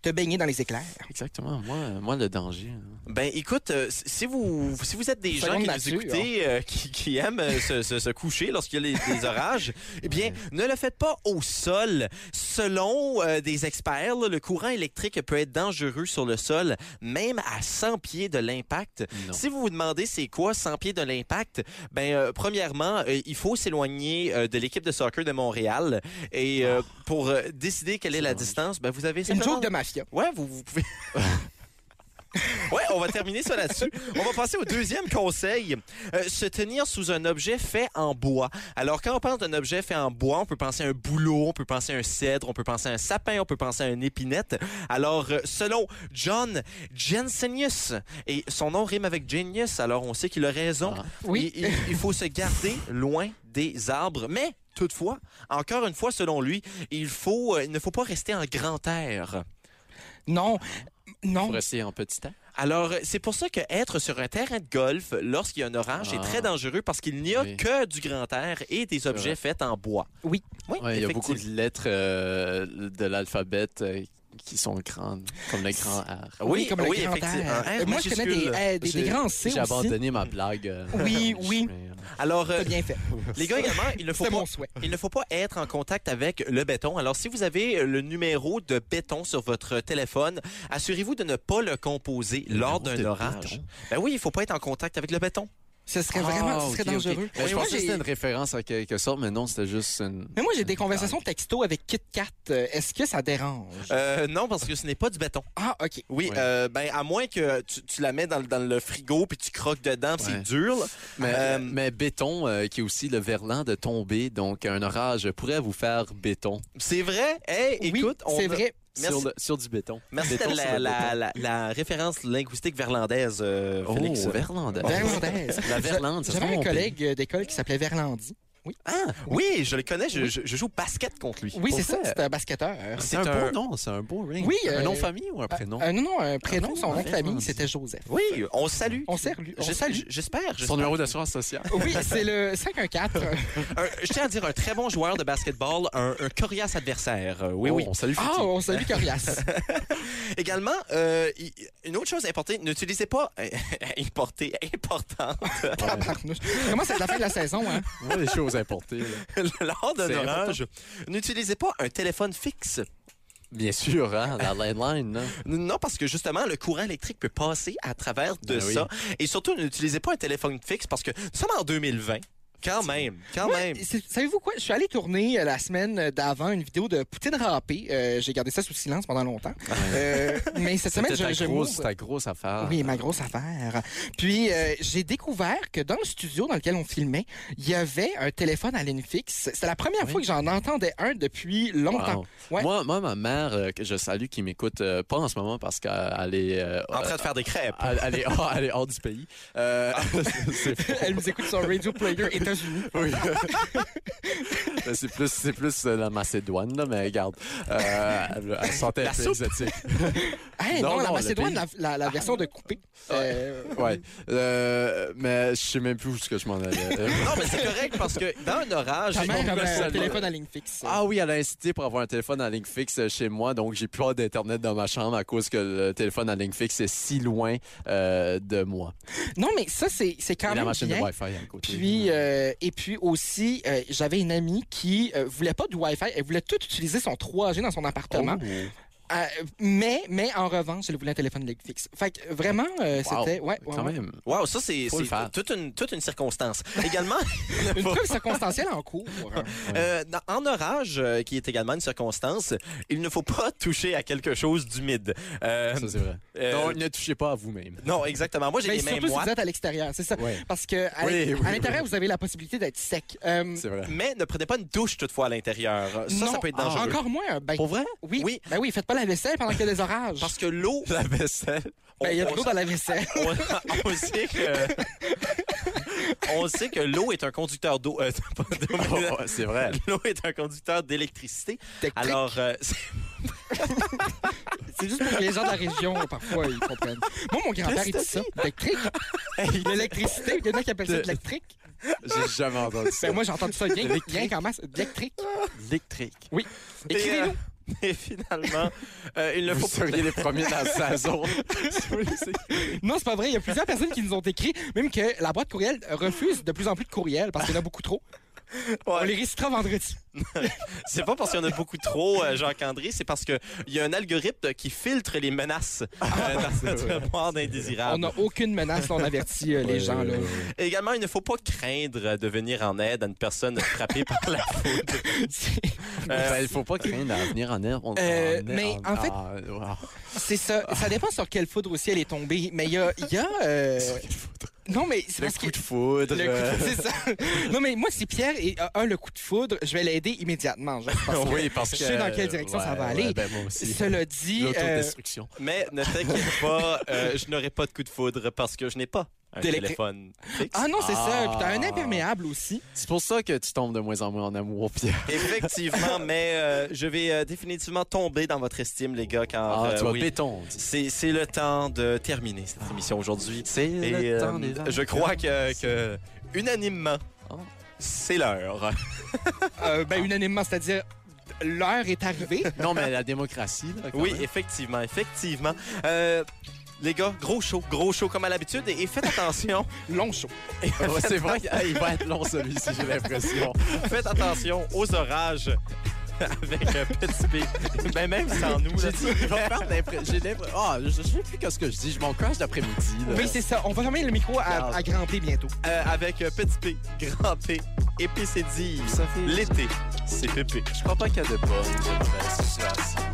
D: Te baigner dans les éclairs.
C: exactement. Moi, euh, moi, le danger. hein.
A: Ben, écoute, euh, si vous, si vous êtes des gens
D: Seconde hein.
A: qui
D: nature.
A: nous écoutez, euh, qui, qui aiment euh, se, se- se coucher lorsqu'il y a les- des orages, eh bien, ne le faites pas au sol. Selon euh, des experts, là, le courant électrique peut être dangereux sur le sol, même à 100 pieds de l'impact.
C: Non.
A: Si vous vous demandez c'est quoi 100 pieds de l'impact, ben euh, premièrement, euh, il faut s'éloigner euh, de l'équipe de soccer de Montréal et euh, pour euh, décider quelle est la
C: dommage.
A: distance, ben vous avez
D: Ah. Une
A: simplement
D: joke de mafia.
A: Ouais, vous, vous pouvez. ouais, on va terminer ça là-dessus. On va passer au deuxième conseil. Euh, se tenir sous un objet fait en bois. Alors, quand on pense d'un objet fait en bois, on peut penser à un boulot, on peut penser à un cèdre, on peut penser à un sapin, on peut penser à une épinette. Alors, euh, selon John Jensenius, et son nom rime avec genius, alors on sait qu'il a raison.
C: Ah.
D: Oui.
A: Il, il- il faut se garder loin des arbres. Mais, toutefois, encore une fois, selon lui, il, faut, euh, il ne faut pas rester en grand air.
D: Non. Non.
C: Pour essayer en petit temps.
A: Alors, euh, c'est pour ça que être sur un terrain de golf lorsqu'il y a un orage est
C: Ah.
A: très dangereux parce qu'il n'y a
C: Oui.
A: que du grand air et des objets
C: vrai.
A: faits en bois.
D: Oui.
A: Oui,
C: Ouais, il y a beaucoup
A: effectivement.
C: de lettres euh, de l'alphabet euh, qui sont grandes, comme le grand R.
A: Oui,
D: comme le
A: oui,
D: grand
A: effectivement.
D: air.
A: Un R
D: Euh, Moi, je connais des,
A: majuscule.
D: euh, des, des
C: J'ai-
D: grands C
C: J'ai
D: aussi.
C: abandonné ma blague. euh,
D: Oui, oui.
C: mais, euh,
A: Alors, euh,
D: T'as bien fait.
A: les gars, également, il ne, faut
D: C'était
A: pas,
D: mon souhait.
A: il ne faut pas être en contact avec le béton. Alors, si vous avez euh, le numéro de béton sur votre téléphone, assurez-vous de ne pas le composer lors
C: numéro
A: d'un
C: de
A: orage.
C: béton?
A: Ben oui, il ne faut pas être en contact avec le béton.
D: Ce serait vraiment
C: Ah,
D: ce serait
C: ok, ok.
D: dangereux.
C: Ben,
D: Mais
C: je
D: moi,
C: pensais que
D: j'ai-
C: c'était une référence en quelque sorte, mais non, c'était juste une.
D: mais moi, j'ai des
C: une
D: conversations
C: blague.
D: texto avec Kit Kat. Euh, Est-ce que ça dérange?
A: Euh, non, parce que ce n'est pas du béton.
D: Ah, OK.
A: Oui,
C: Ouais.
A: euh, ben à moins que tu, tu la mets dans, le- dans le frigo puis tu croques dedans, puis
C: Ouais.
A: c'est dur. là.
C: Mais,
A: Euh,
C: mais béton, euh, qui est aussi le verlan de tomber, donc un orage pourrait vous faire béton.
A: C'est vrai. Hey,
D: Oui,
A: écoute, on
D: c'est
A: a-
D: vrai.
A: Merci.
C: Sur, le- sur du béton.
A: Merci
C: Béton
A: de
C: sur
A: la,
C: le
A: la-
C: béton.
A: la- la référence linguistique verlandaise, euh,
C: Oh,
A: Félix.
C: Verlande.
D: Verlandaise.
C: La Verlande, ça se
D: J'avais un
C: trompe.
D: collègue euh, d'école qui s'appelait Verlandi.
A: Ah, oui, je le connais. Je, je- je joue au basket contre lui.
D: Oui, c'est ça.
C: vrai? Ah,
D: C'était un basketteur.
A: C'est
C: C'est un,
A: un-
C: beau nom, c'est un beau ring.
D: Oui, euh,
C: Un nom de famille ou un prénom?
D: Euh, non, non, un prénom, son nom de famille,
C: Ah, Verlandi.
D: c'était Joseph.
A: Oui, on salue.
D: On sert lui. on
A: Je-
D: salue.
A: J'espère. j'espère.
C: Son numéro d'assurance sociale.
D: Oui, c'est le 514.
A: Un- je tiens à dire un très bon joueur de basketball, un, un coriace adversaire. Euh, Oui,
C: Oh,
A: oui.
C: On salue
D: Ah,
C: Futi.
D: on salue Corias.
A: Également, euh, y- une autre chose importante, n'utilisez pas importé, important
D: Tabarnouche. Comment c'est la fin de la saison, hein?
C: Moi, les choses importées. là.
A: lors d'un
C: C'est
A: orage. N'utilisez pas un téléphone fixe.
C: Bien sûr, hein, la landline. là.
A: Non, parce que justement, le courant électrique peut passer à travers de
C: Ben oui.
A: ça. Et surtout, n'utilisez pas un téléphone fixe parce que nous sommes en 2020. Quand même, quand
D: Moi,
A: même.
D: c'est- Savez-vous quoi? Je suis allé tourner euh, la semaine d'avant une vidéo de Poutine râpée. Euh, J'ai gardé ça sous silence pendant longtemps. Euh, mais cette semaine,
C: C'était
D: je,
C: ta,
D: je
C: grosse-
D: m'ouvre-
C: ta grosse affaire.
D: Oui, ma grosse affaire. Puis, euh, j'ai découvert que dans le studio dans lequel on filmait, il y avait un téléphone à ligne fixe. C'était la première
C: Oui.
D: fois que j'en entendais un depuis longtemps.
C: Wow.
D: Ouais.
C: Moi, moi, ma mère, euh, que je salue, qui m'écoute euh, pas en ce moment parce qu'elle est, euh,
A: En train de faire des crêpes.
D: Ah.
C: elle, elle est, hors, elle est hors du pays. Euh, c'est
D: Elle nous écoute sur Radio Player États-Unis.
C: Oui. Ben, c'est plus, c'est plus euh, la Macédoine, là, mais regarde. Euh, elle, elle sentait
A: La
C: un peu
A: soupe.
C: exotique.
D: Hey, non,
C: Non,
D: la
C: non, le
D: Macédoine,
C: pays.
D: la, la- la version de coupé. Euh,
C: Ouais. Euh, mais je sais même plus où est-ce que je m'en allais. Euh,
A: Non, mais c'est correct parce que dans un orage,
D: ta
A: j'ai
D: mère
A: compris
D: avait
A: ça, là.
D: un téléphone à ligne fixe.
C: Ah oui, elle a incité pour avoir un téléphone en ligne fixe euh, chez moi, donc j'ai plus hâte d'internet dans ma chambre à cause que le téléphone en ligne fixe est si loin euh, de moi.
D: Non, mais ça, c'est c'est
C: Et
D: quand
C: la
D: même
C: machine
D: bien.
C: de Wi-Fi à côté.
D: Puis, euh, et puis aussi, euh, j'avais une amie qui euh, voulait pas du Wi-Fi, elle voulait tout utiliser son 3G dans son appartement.
C: Oh,
D: Euh, mais, mais en revanche, elle voulait un téléphone de ligne fixe. Fait que vraiment, euh,
C: wow.
D: c'était. Ouais, ouais,
C: quand
D: ouais.
C: même.
A: Wow, ça, c'est
C: Faut le
A: c'est
C: faire.
A: toute une, toute une circonstance. Également,
D: Une preuve circonstancielle en cours. Ben,
A: euh, dans- en orage, euh, qui est également une circonstance, il ne faut pas toucher à quelque chose d'humide. Euh,
C: Ça, c'est vrai.
A: euh,
C: Donc, ne touchez pas à vous-même.
A: non, exactement. Moi, j'ai
D: Mais
A: les mains
D: surtout si vous
A: moites.
D: êtes à l'extérieur, c'est ça.
C: Ouais.
D: Parce que à,
C: Oui,
D: l'in-
C: oui,
D: à l'intérieur,
C: oui.
D: vous avez la possibilité d'être sec. Euh,
C: C'est vrai.
A: Mais ne prenez pas une douche toutefois à l'intérieur. Ça, ça
D: non, Ah,
A: peut être dangereux.
D: Encore moins un bain.
C: Pour vrai?
D: Oui,
A: Oui.
D: Ben oui, faites pas la vaisselle pendant qu'il y a des orages.
A: Parce que l'eau,
C: La vaisselle.
D: Ben, il y a
A: on-
D: de l'eau dans la vaisselle.
A: on, on sait que... On sait que l'eau est un conducteur d'eau. euh, pas d'eau,
C: Oh,
A: mais-
C: oh, c'est vrai.
A: L'eau est un conducteur d'électricité.
D: Électrique.
A: Alors, euh, c'est-
D: C'est juste pour que les gens de la région, parfois, ils comprennent. Moi, mon grand-père, il dit ça. Électrique. L'électricité. Il y en a qui appellent ça de l'électrique.
C: J'ai jamais entendu ça.
D: Ben, moi, j'ai entendu ça bien, bien quand même. c'est de L'électrique.
C: Électrique.
A: et, euh,
D: Écrivez-nous.
A: et finalement, euh, il ne
C: Vous
A: faut pas...
C: seriez les premiers dans la saison.
D: Non, c'est pas vrai. Il y a plusieurs personnes qui nous ont écrit, même que la boîte courriel refuse de plus en plus de courriels parce qu'il y en a beaucoup trop. On les récitera vendredi.
A: C'est pas parce qu'il y en a beaucoup trop, euh, Jacques-André, c'est parce qu'il y a un algorithme qui filtre les menaces euh,
C: Ah,
A: dans notre boîte
D: On
A: d'indésirables.
D: n'a aucune menace, là, on avertit euh, les gens. Là.
A: Également, il ne faut pas craindre de venir en aide à une personne frappée par la foudre.
D: C'est-
A: Euh,
C: Ben, il faut pas craindre à venir en air. On-
D: Euh,
C: en air-
D: mais en fait-
C: ah, wow.
D: C'est ça. Ça dépend sur quelle foudre aussi elle est tombée. Mais il y a. il y a, euh, Non, mais c'est
C: le
D: parce
C: coup
D: que.
C: de foudre.
D: Le coup- c'est ça. Euh, Non, mais moi, si Pierre est- a, a le coup de foudre, je vais l'aider immédiatement. genre, parce que
C: oui, parce
D: je
C: que.
D: sais dans quelle direction ça va
C: ouais,
D: aller.
C: ouais, ben, moi aussi.
D: Cela dit, euh,
C: L'autodestruction.
A: Mais ne t'inquiète pas, euh, je n'aurai pas de coup de foudre parce que je n'ai pas un
D: D'électri-
A: téléphone fixe.
D: ah non, c'est ça.
C: Ah.
D: Puis t'as un imperméable aussi.
C: C'est pour ça que tu tombes de moins en moins en amour, Pierre.
A: Effectivement, mais euh, je vais euh, définitivement tomber dans votre estime, les gars, car
C: Ah,
D: ben
A: euh,
C: tu vas
A: oui,
C: béton.
A: c'est c'est le temps de terminer cette émission aujourd'hui.
C: C'est
A: Et euh, je crois que, que unanimement,
C: Ah.
A: c'est l'heure.
D: Euh, ben, unanimement, c'est-à-dire, l'heure est arrivée.
C: Non, mais la démocratie, là, quand
A: Oui,
C: même.
A: effectivement, effectivement. Euh, les gars, gros show, gros show comme à l'habitude. Et, et faites attention,
D: Long show.
C: Ouais, c'est vrai qu'il va être long, celui-ci, j'ai l'impression.
A: faites attention aux orages avec euh, Petit P. Ben, même sans nous. là.
C: J'ai dit, il va faire l'impre- j'ai l'impre- Ah, je, je sais plus qu'est-ce que je dis. Je m'encourage l'après-midi. là.
D: Oui, c'est ça. On va fermer le micro à, à Grand P bientôt.
A: Euh, avec euh, Petit P, Grand P, Épicédie.
C: Ça fait-
A: L'été, c'est pépé.
C: Je crois pas qu'il y a de bonnes de mauvaises euh, situations.